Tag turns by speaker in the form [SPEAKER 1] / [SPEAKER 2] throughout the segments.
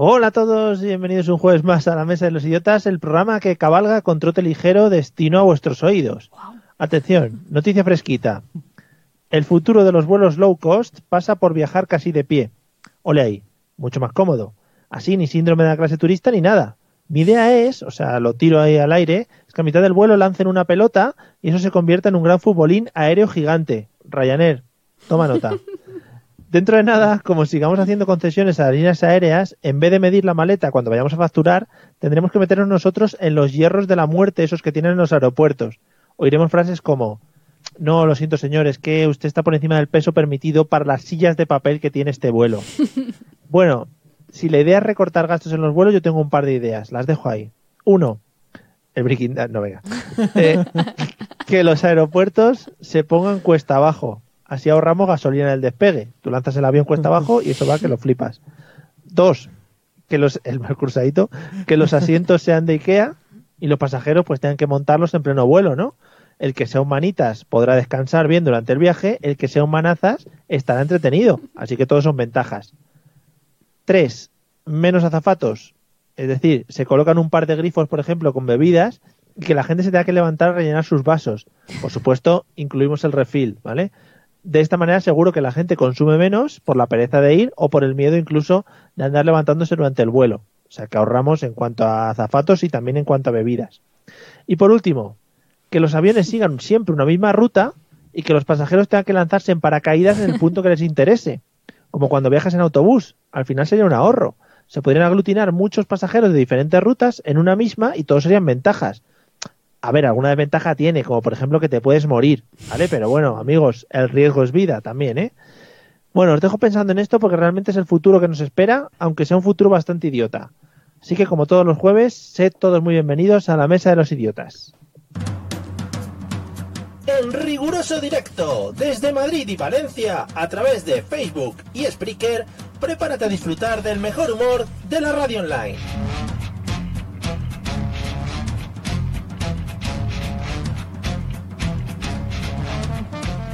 [SPEAKER 1] Hola a todos, bienvenidos un jueves más a la Mesa de los Idiotas, el programa que cabalga con trote ligero destino a vuestros oídos. Atención, noticia fresquita. El futuro de los vuelos low cost pasa por viajar casi de pie. Ole ahí, mucho más cómodo. Así ni síndrome de la clase turista ni nada. Mi idea es, o sea, lo tiro ahí al aire, es que a mitad del vuelo lancen una pelota y eso se convierta en un gran futbolín aéreo gigante. Ryanair, toma nota. Dentro de nada, como sigamos haciendo concesiones a las líneas aéreas, en vez de medir la maleta cuando vayamos a facturar, tendremos que meternos nosotros en los hierros de la muerte, esos que tienen en los aeropuertos. Oiremos frases como, no, lo siento señores, que usted está por encima del peso permitido para las sillas de papel que tiene este vuelo. bueno, si la idea es recortar gastos en los vuelos, yo tengo un par de ideas, las dejo ahí. Uno, el Breaking Bad, no venga. Eh, que los aeropuertos se pongan cuesta abajo. Así ahorramos gasolina en el despegue. Tú lanzas el avión cuesta abajo y eso va que lo flipas. Dos, que los, el mal cruzadito, que los asientos sean de Ikea y los pasajeros pues tengan que montarlos en pleno vuelo, ¿no? El que sea un manitas podrá descansar bien durante el viaje, el que sea un manazas estará entretenido. Así que todos son ventajas. Tres, menos azafatos. Es decir, se colocan un par de grifos, por ejemplo, con bebidas y que la gente se tenga que levantar a rellenar sus vasos. Por supuesto, incluimos el refil, ¿vale? De esta manera seguro que la gente consume menos por la pereza de ir o por el miedo incluso de andar levantándose durante el vuelo. O sea que ahorramos en cuanto a azafatos y también en cuanto a bebidas. Y por último, que los aviones sigan siempre una misma ruta y que los pasajeros tengan que lanzarse en paracaídas en el punto que les interese como cuando viajas en autobús. Al final sería un ahorro. Se podrían aglutinar muchos pasajeros de diferentes rutas en una misma y todos serían ventajas. A ver, alguna desventaja tiene, como por ejemplo que te puedes morir, ¿vale? Pero bueno, amigos, el riesgo es vida también, ¿eh? Bueno, os dejo pensando en esto porque realmente es el futuro que nos espera, aunque sea un futuro bastante idiota. Así que como todos los jueves, sed todos muy bienvenidos a la Mesa de los Idiotas.
[SPEAKER 2] En riguroso directo, desde Madrid y Valencia, a través de Facebook y Spreaker, prepárate a disfrutar del mejor humor de la radio online.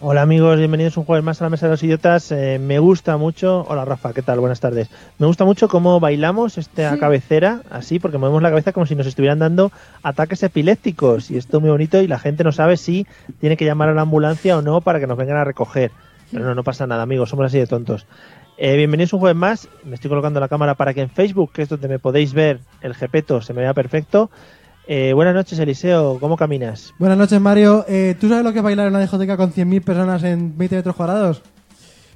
[SPEAKER 1] Hola amigos, bienvenidos un jueves más a la Mesa de los Idiotas. Eh, me gusta mucho. Hola Rafa, ¿qué tal? Buenas tardes. Me gusta mucho cómo bailamos esta cabecera, así, porque movemos la cabeza como si nos estuvieran dando ataques epilépticos. Y esto es muy bonito y la gente no sabe si tiene que llamar a la ambulancia o no para que nos vengan a recoger. Pero no, no pasa nada, amigos, somos así de tontos. Eh, bienvenidos un jueves más. Me estoy colocando la cámara para que en Facebook, que es donde me podéis ver el jepeto, se me vea perfecto. Eh, buenas noches, Eliseo. ¿Cómo caminas?
[SPEAKER 3] Buenas noches, Mario. Eh, ¿Tú sabes lo que es bailar en una discoteca con 100.000 personas en 20 metros cuadrados?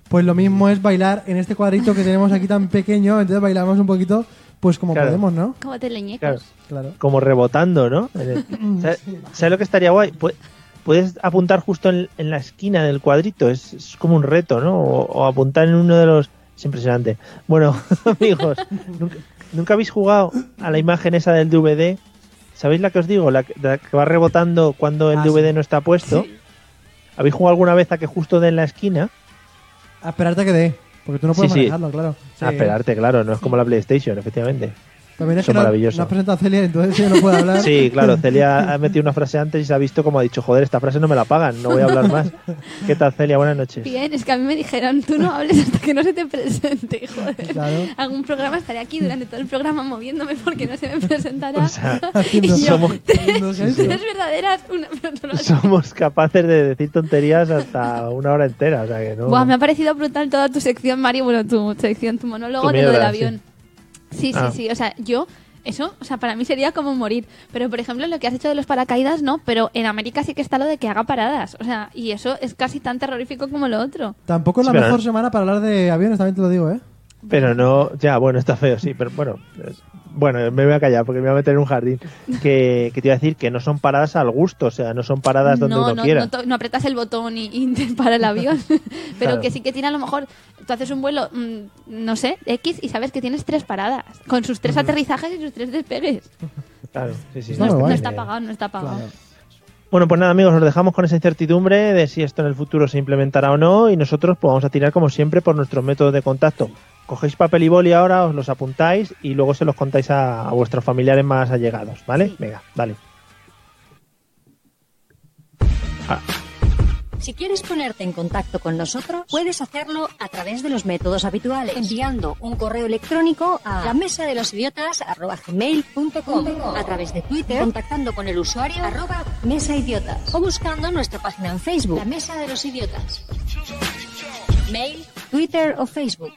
[SPEAKER 3] Pues lo mismo es bailar en este cuadrito que tenemos aquí tan pequeño, entonces bailamos un poquito, pues como
[SPEAKER 1] Claro.
[SPEAKER 3] podemos, ¿no?
[SPEAKER 4] Como te leñecos.
[SPEAKER 1] Claro.
[SPEAKER 3] Claro.
[SPEAKER 1] como rebotando, ¿no? En el- ¿Sabes, sabes lo que estaría guay? Pu- Puedes apuntar justo en, en la esquina del cuadrito, es, es como un reto, ¿no? O, o apuntar en uno de los... Es impresionante. Bueno, amigos, ¿nunca, nunca habéis jugado a la imagen esa del DVD? ¿Sabéis la que os digo? La, que- la que va rebotando cuando el
[SPEAKER 3] Ah,
[SPEAKER 1] DVD no está puesto. ¿Habéis jugado alguna vez a que justo dé en la esquina?
[SPEAKER 3] A esperarte a que dé, porque tú no puedes
[SPEAKER 1] Sí, sí.
[SPEAKER 3] manejarlo, claro.
[SPEAKER 1] A
[SPEAKER 3] Sí.
[SPEAKER 1] esperarte, claro, no es como la PlayStation, efectivamente.
[SPEAKER 3] También es
[SPEAKER 1] Eso
[SPEAKER 3] que no,
[SPEAKER 1] maravilloso.
[SPEAKER 3] no has presentado a Celia, entonces ella no puede hablar.
[SPEAKER 1] Sí, claro, Celia ha metido una frase antes y se ha visto como ha dicho, joder, esta frase no me la pagan, no voy a hablar más. ¿Qué tal, Celia? Buenas noches.
[SPEAKER 4] Bien, es que a mí me dijeron, tú no hables hasta que no se te presente, joder.
[SPEAKER 3] Claro.
[SPEAKER 4] Algún programa estaré aquí durante todo el programa moviéndome porque no se me presentará.
[SPEAKER 1] O sea,
[SPEAKER 4] y yo,
[SPEAKER 1] Pues somos-
[SPEAKER 4] tres,
[SPEAKER 3] Sí, sí.
[SPEAKER 4] tres verdaderas, una pero no-
[SPEAKER 1] Somos capaces de decir tonterías hasta una hora entera, o sea que no...
[SPEAKER 4] Buah, me ha parecido brutal toda tu sección, Mario. Bueno, tu sección, tu monólogo
[SPEAKER 1] Tu
[SPEAKER 4] de lo del
[SPEAKER 1] mierda,
[SPEAKER 4] avión. Sí, sí,
[SPEAKER 1] Ah.
[SPEAKER 4] sí. O sea, yo Eso, o sea, para mí sería como morir. Pero, por ejemplo, lo que has hecho de los paracaídas, no. Pero en América sí que está lo de que haga paradas. O sea, y eso es casi tan terrorífico como lo otro.
[SPEAKER 3] Tampoco es la
[SPEAKER 1] Sí, ¿verdad?
[SPEAKER 3] mejor semana para hablar de aviones, también te lo digo, ¿eh?
[SPEAKER 1] Pero no, ya, bueno, está feo, sí, pero bueno, es- bueno, me voy a callar porque me voy a meter en un jardín. Que, que te iba a decir que no son paradas al gusto, o sea, no son paradas donde
[SPEAKER 4] no,
[SPEAKER 1] uno
[SPEAKER 4] no,
[SPEAKER 1] quiera.
[SPEAKER 4] no to- no apretas el botón y, y te para el avión. Pero
[SPEAKER 1] Claro.
[SPEAKER 4] que sí que tiene a lo mejor. Tú haces un vuelo, mm, no sé, X y sabes que tienes tres paradas. Con sus tres aterrizajes y sus tres despegues.
[SPEAKER 1] Claro, sí, sí.
[SPEAKER 3] Está
[SPEAKER 1] sí.
[SPEAKER 3] muy
[SPEAKER 4] No
[SPEAKER 3] guay.
[SPEAKER 4] está pagado, no está pagado.
[SPEAKER 1] Bueno, pues nada, amigos, nos dejamos con esa incertidumbre de si esto en el futuro se implementará o no y nosotros pues vamos a tirar como siempre por nuestros métodos de contacto. Cogéis papel y boli ahora, os los apuntáis y luego se los contáis a, a vuestros familiares más allegados, ¿vale? Venga, dale.
[SPEAKER 5] Si quieres ponerte en contacto con nosotros, puedes hacerlo a través de los métodos habituales, enviando un correo electrónico a la mesa de los idiotas a través de Twitter, contactando con el usuario arroba mesa idiotas o buscando nuestra página en Facebook, la mesa de los idiotas. Mail, Twitter o Facebook.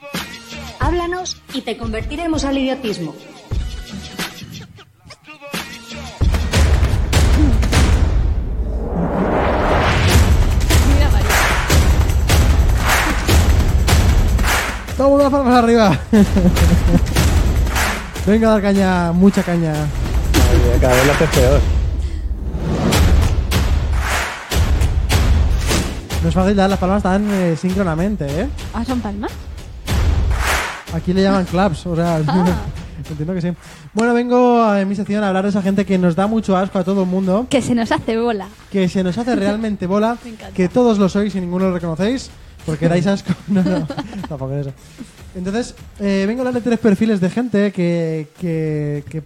[SPEAKER 5] Háblanos y te convertiremos al idiotismo.
[SPEAKER 4] Mira, Mario.
[SPEAKER 3] Todo el mundo las palmas arriba. Venga a dar caña, mucha caña.
[SPEAKER 1] Cada vez lo haces peor.
[SPEAKER 3] No es fácil dar las palmas tan eh, síncronamente, ¿eh?
[SPEAKER 4] Ah, son palmas.
[SPEAKER 3] Aquí le llaman claps, o sea, entiendo que sí. Bueno, vengo a en mi sección a hablar de esa gente que nos da mucho asco a todo el mundo,
[SPEAKER 4] Que se nos hace bola.
[SPEAKER 3] que se nos hace realmente bola,
[SPEAKER 4] Me encanta.
[SPEAKER 3] que todos lo sois y ninguno lo reconocéis, porque dais asco. No, no, tampoco es eso. Entonces, eh, vengo a hablar de tres perfiles de gente que, que, que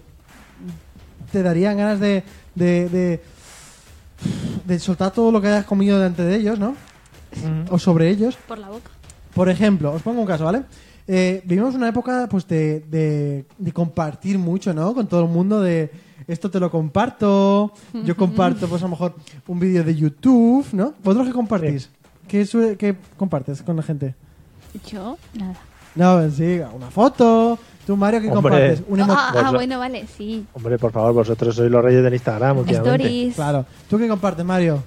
[SPEAKER 3] te darían ganas de, de, de, de soltar todo lo que hayas comido delante de ellos, ¿no? O sobre ellos.
[SPEAKER 4] Por la boca.
[SPEAKER 3] Por ejemplo, os pongo un caso, ¿vale? Eh, vivimos una época pues de, de- de compartir mucho, ¿no? Con todo el mundo de esto te lo comparto, yo comparto pues a lo mejor un vídeo de YouTube, ¿no? ¿Vosotros qué compartís? ¿Qué, sue- qué compartes con la gente?
[SPEAKER 4] Yo, nada.
[SPEAKER 3] No, sí, una foto. Tú, Mario, ¿qué
[SPEAKER 1] Hombre.
[SPEAKER 3] compartes? Un emo-
[SPEAKER 4] Ah, ah,
[SPEAKER 1] Bolsa.
[SPEAKER 4] bueno, vale, sí.
[SPEAKER 1] Hombre, por favor, vosotros sois los reyes del Instagram últimamente.
[SPEAKER 4] Stories.
[SPEAKER 3] Claro. ¿Tú qué compartes, Mario?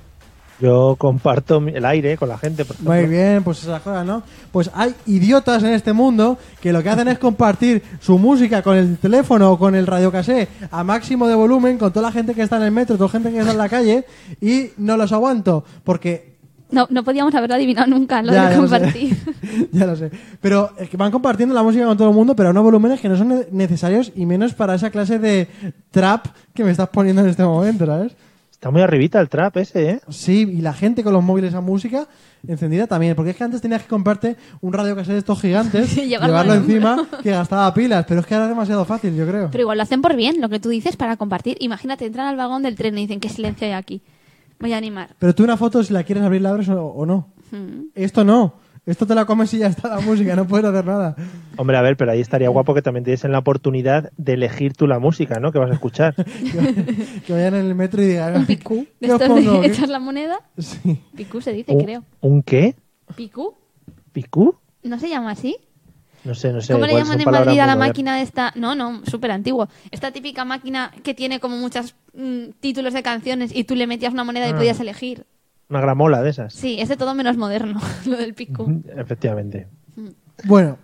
[SPEAKER 1] Yo comparto mi- el aire con la gente, por ejemplo.
[SPEAKER 3] Muy bien, pues esas cosas, ¿no? Pues hay idiotas en este mundo que lo que hacen es compartir su música con el teléfono o con el radiocasé a máximo de volumen con toda la gente que está en el metro, toda la gente que está en la calle y no los aguanto porque...
[SPEAKER 4] No, no podíamos haberlo adivinado nunca lo
[SPEAKER 3] Ya,
[SPEAKER 4] de
[SPEAKER 3] ya lo sé.
[SPEAKER 4] compartir.
[SPEAKER 3] ya lo sé. Pero es que van compartiendo la música con todo el mundo, pero a unos volúmenes que no son ne- necesarios y menos para esa clase de trap que me estás poniendo en este momento, ¿sabes?
[SPEAKER 1] Está muy arribita el trap ese, ¿eh?
[SPEAKER 3] Sí, y la gente con los móviles a música encendida también, porque es que antes tenías que comprarte un radio de estos gigantes,
[SPEAKER 4] Y llevarlo
[SPEAKER 3] llevarlo
[SPEAKER 4] al hombro.
[SPEAKER 3] encima, que gastaba pilas, pero es que ahora es demasiado fácil, yo creo.
[SPEAKER 4] Pero igual lo hacen por bien, lo que tú dices, para compartir. Imagínate, entran al vagón del tren y dicen, qué silencio hay aquí. Voy a animar.
[SPEAKER 3] Pero tú una foto, si la quieres abrir, la abres o, o no.
[SPEAKER 4] Hmm.
[SPEAKER 3] Esto no, esto te la comes y ya está la música, no puedes hacer nada.
[SPEAKER 1] Hombre, a ver, pero ahí estaría guapo que también te diesen la oportunidad de elegir tú la música, ¿no? Que vas a escuchar.
[SPEAKER 3] Que vayan en el metro y digan,
[SPEAKER 4] Un picú.
[SPEAKER 3] ¿qué
[SPEAKER 4] De
[SPEAKER 3] os
[SPEAKER 4] estos
[SPEAKER 3] pongo?
[SPEAKER 4] de
[SPEAKER 3] ¿Qué-
[SPEAKER 4] echas la moneda.
[SPEAKER 3] Sí.
[SPEAKER 4] Picú se dice,
[SPEAKER 1] ¿Un-
[SPEAKER 4] creo.
[SPEAKER 1] ¿Un qué?
[SPEAKER 4] ¿Picú?
[SPEAKER 1] ¿Picú?
[SPEAKER 4] ¿No se llama así?
[SPEAKER 1] No sé, no sé.
[SPEAKER 4] ¿Cómo le
[SPEAKER 1] igual
[SPEAKER 4] llaman
[SPEAKER 1] son
[SPEAKER 4] en
[SPEAKER 1] palabras
[SPEAKER 4] Madrid a
[SPEAKER 1] muy
[SPEAKER 4] la
[SPEAKER 1] modernas.
[SPEAKER 4] máquina de esta? No, no, súper antiguo. Esta típica máquina que tiene como muchos títulos de canciones y tú le metías una moneda y podías elegir.
[SPEAKER 1] Una gramola de esas.
[SPEAKER 4] Sí, es de todo menos moderno, lo del picú.
[SPEAKER 1] Efectivamente.
[SPEAKER 3] Bueno,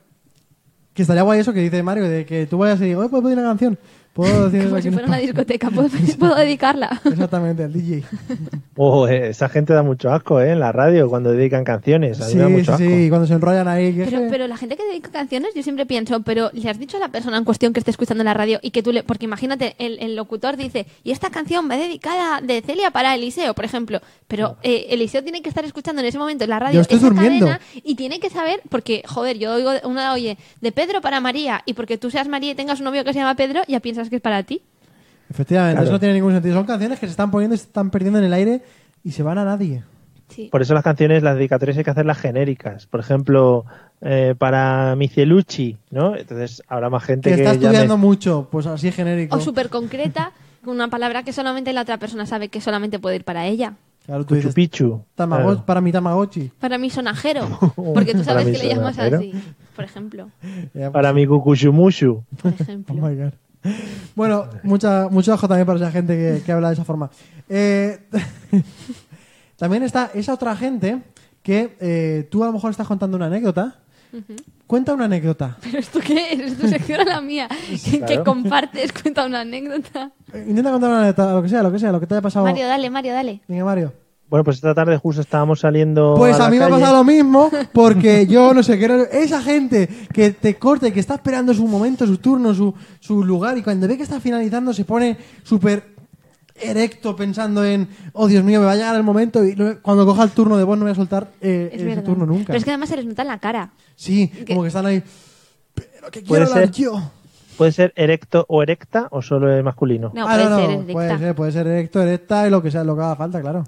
[SPEAKER 3] que estaría guay eso que dice Mario, de que tú vayas y digas, "Oye, ¿puedo pedir una canción? ¿Puedo decir
[SPEAKER 4] Como
[SPEAKER 3] aquí
[SPEAKER 4] si
[SPEAKER 3] en
[SPEAKER 4] fuera una
[SPEAKER 3] España?".
[SPEAKER 4] discoteca, ¿puedo, puedo dedicarla?
[SPEAKER 3] Exactamente, el DJ.
[SPEAKER 1] Oh, eh, esa gente da mucho asco, ¿eh? En la radio, cuando dedican canciones. A mí
[SPEAKER 3] Sí,
[SPEAKER 1] me da
[SPEAKER 3] sí,
[SPEAKER 1] mucho asco.
[SPEAKER 3] sí, y cuando se enrollan ahí. que es
[SPEAKER 4] Pero,
[SPEAKER 3] que-
[SPEAKER 4] pero la gente que dedica canciones, yo siempre pienso, pero le has dicho a la persona en cuestión que esté escuchando la radio y que tú le. Porque imagínate, el, el locutor dice, y esta canción va dedicada de Celia para Eliseo, por ejemplo. Pero eh, Eliseo tiene que estar escuchando en ese momento en la radio
[SPEAKER 3] Yo estoy
[SPEAKER 4] esa
[SPEAKER 3] durmiendo.
[SPEAKER 4] cadena y tiene que saber, porque, joder, yo oigo una, oye, de Pedro para María, y porque tú seas María y tengas un novio que se llama Pedro, ya piensas que es para ti.
[SPEAKER 3] Efectivamente,
[SPEAKER 1] Claro.
[SPEAKER 3] eso no tiene ningún sentido. Son canciones que se están poniendo y se están perdiendo en el aire y se van a nadie.
[SPEAKER 4] Sí.
[SPEAKER 1] Por eso las canciones, las dedicatorias hay que hacerlas genéricas. Por ejemplo, eh, para Micelucci, ¿no? Entonces habrá más gente
[SPEAKER 3] Que
[SPEAKER 1] que,
[SPEAKER 3] está
[SPEAKER 1] llame-
[SPEAKER 3] estudiando mucho, pues así genérico.
[SPEAKER 4] O súper concreta, con una palabra que solamente la otra persona sabe que solamente puede ir para ella.
[SPEAKER 3] Claro, tú dices,
[SPEAKER 1] Chupichu.
[SPEAKER 3] "Tamago-
[SPEAKER 1] Pues, Claro.
[SPEAKER 3] para mi Tamagotchi.
[SPEAKER 4] Para mí sonajero, porque tú
[SPEAKER 1] Para
[SPEAKER 4] sabes
[SPEAKER 1] mí
[SPEAKER 4] que le llamas
[SPEAKER 1] sonajero.
[SPEAKER 4] así, por ejemplo.
[SPEAKER 3] Ya,
[SPEAKER 1] Para mi Cucuchumushu.
[SPEAKER 4] Por
[SPEAKER 3] Oh
[SPEAKER 4] ejemplo.
[SPEAKER 3] my God. Bueno, mucha, mucho ojo también para esa gente que, que habla de esa forma. Eh, también está esa otra gente que eh, tú a lo mejor estás contando una anécdota. Cuenta una anécdota.
[SPEAKER 4] ¿Pero esto qué es? ¿Es tu sección a la mía?
[SPEAKER 3] Pues
[SPEAKER 4] Que, que compartes, cuenta una anécdota.
[SPEAKER 3] Eh, Intenta contar una anécdota, lo que sea, lo que sea, lo que te haya pasado.
[SPEAKER 4] Mario, dale, Mario, dale.
[SPEAKER 3] Venga, Mario.
[SPEAKER 1] Bueno, pues esta tarde justo estábamos saliendo.
[SPEAKER 3] Pues
[SPEAKER 1] la
[SPEAKER 3] a mí me ha
[SPEAKER 1] calle.
[SPEAKER 3] pasado lo mismo, porque yo no sé qué. era- Esa gente que te corta y que está esperando su momento, su turno, su, su lugar, y cuando ve que está finalizando se pone súper erecto pensando en, oh Dios mío, me va a llegar el momento, y no- cuando coja el turno de vos no voy a soltar eh,
[SPEAKER 4] Es
[SPEAKER 3] ese
[SPEAKER 4] verdad.
[SPEAKER 3] turno nunca.
[SPEAKER 4] Pero es que además se les nota en la cara.
[SPEAKER 3] Sí, como que están ahí, pero que
[SPEAKER 1] Puede
[SPEAKER 3] quiero hablar
[SPEAKER 1] ser.
[SPEAKER 3] yo.
[SPEAKER 1] Puede ser erecto o erecta o solo el masculino.
[SPEAKER 4] No,
[SPEAKER 3] Ah,
[SPEAKER 4] puede
[SPEAKER 3] no,
[SPEAKER 4] ser,
[SPEAKER 3] no,
[SPEAKER 4] es
[SPEAKER 3] puede
[SPEAKER 4] recta.
[SPEAKER 3] ser, puede ser erecto, erecta y lo que sea, lo que haga falta, claro.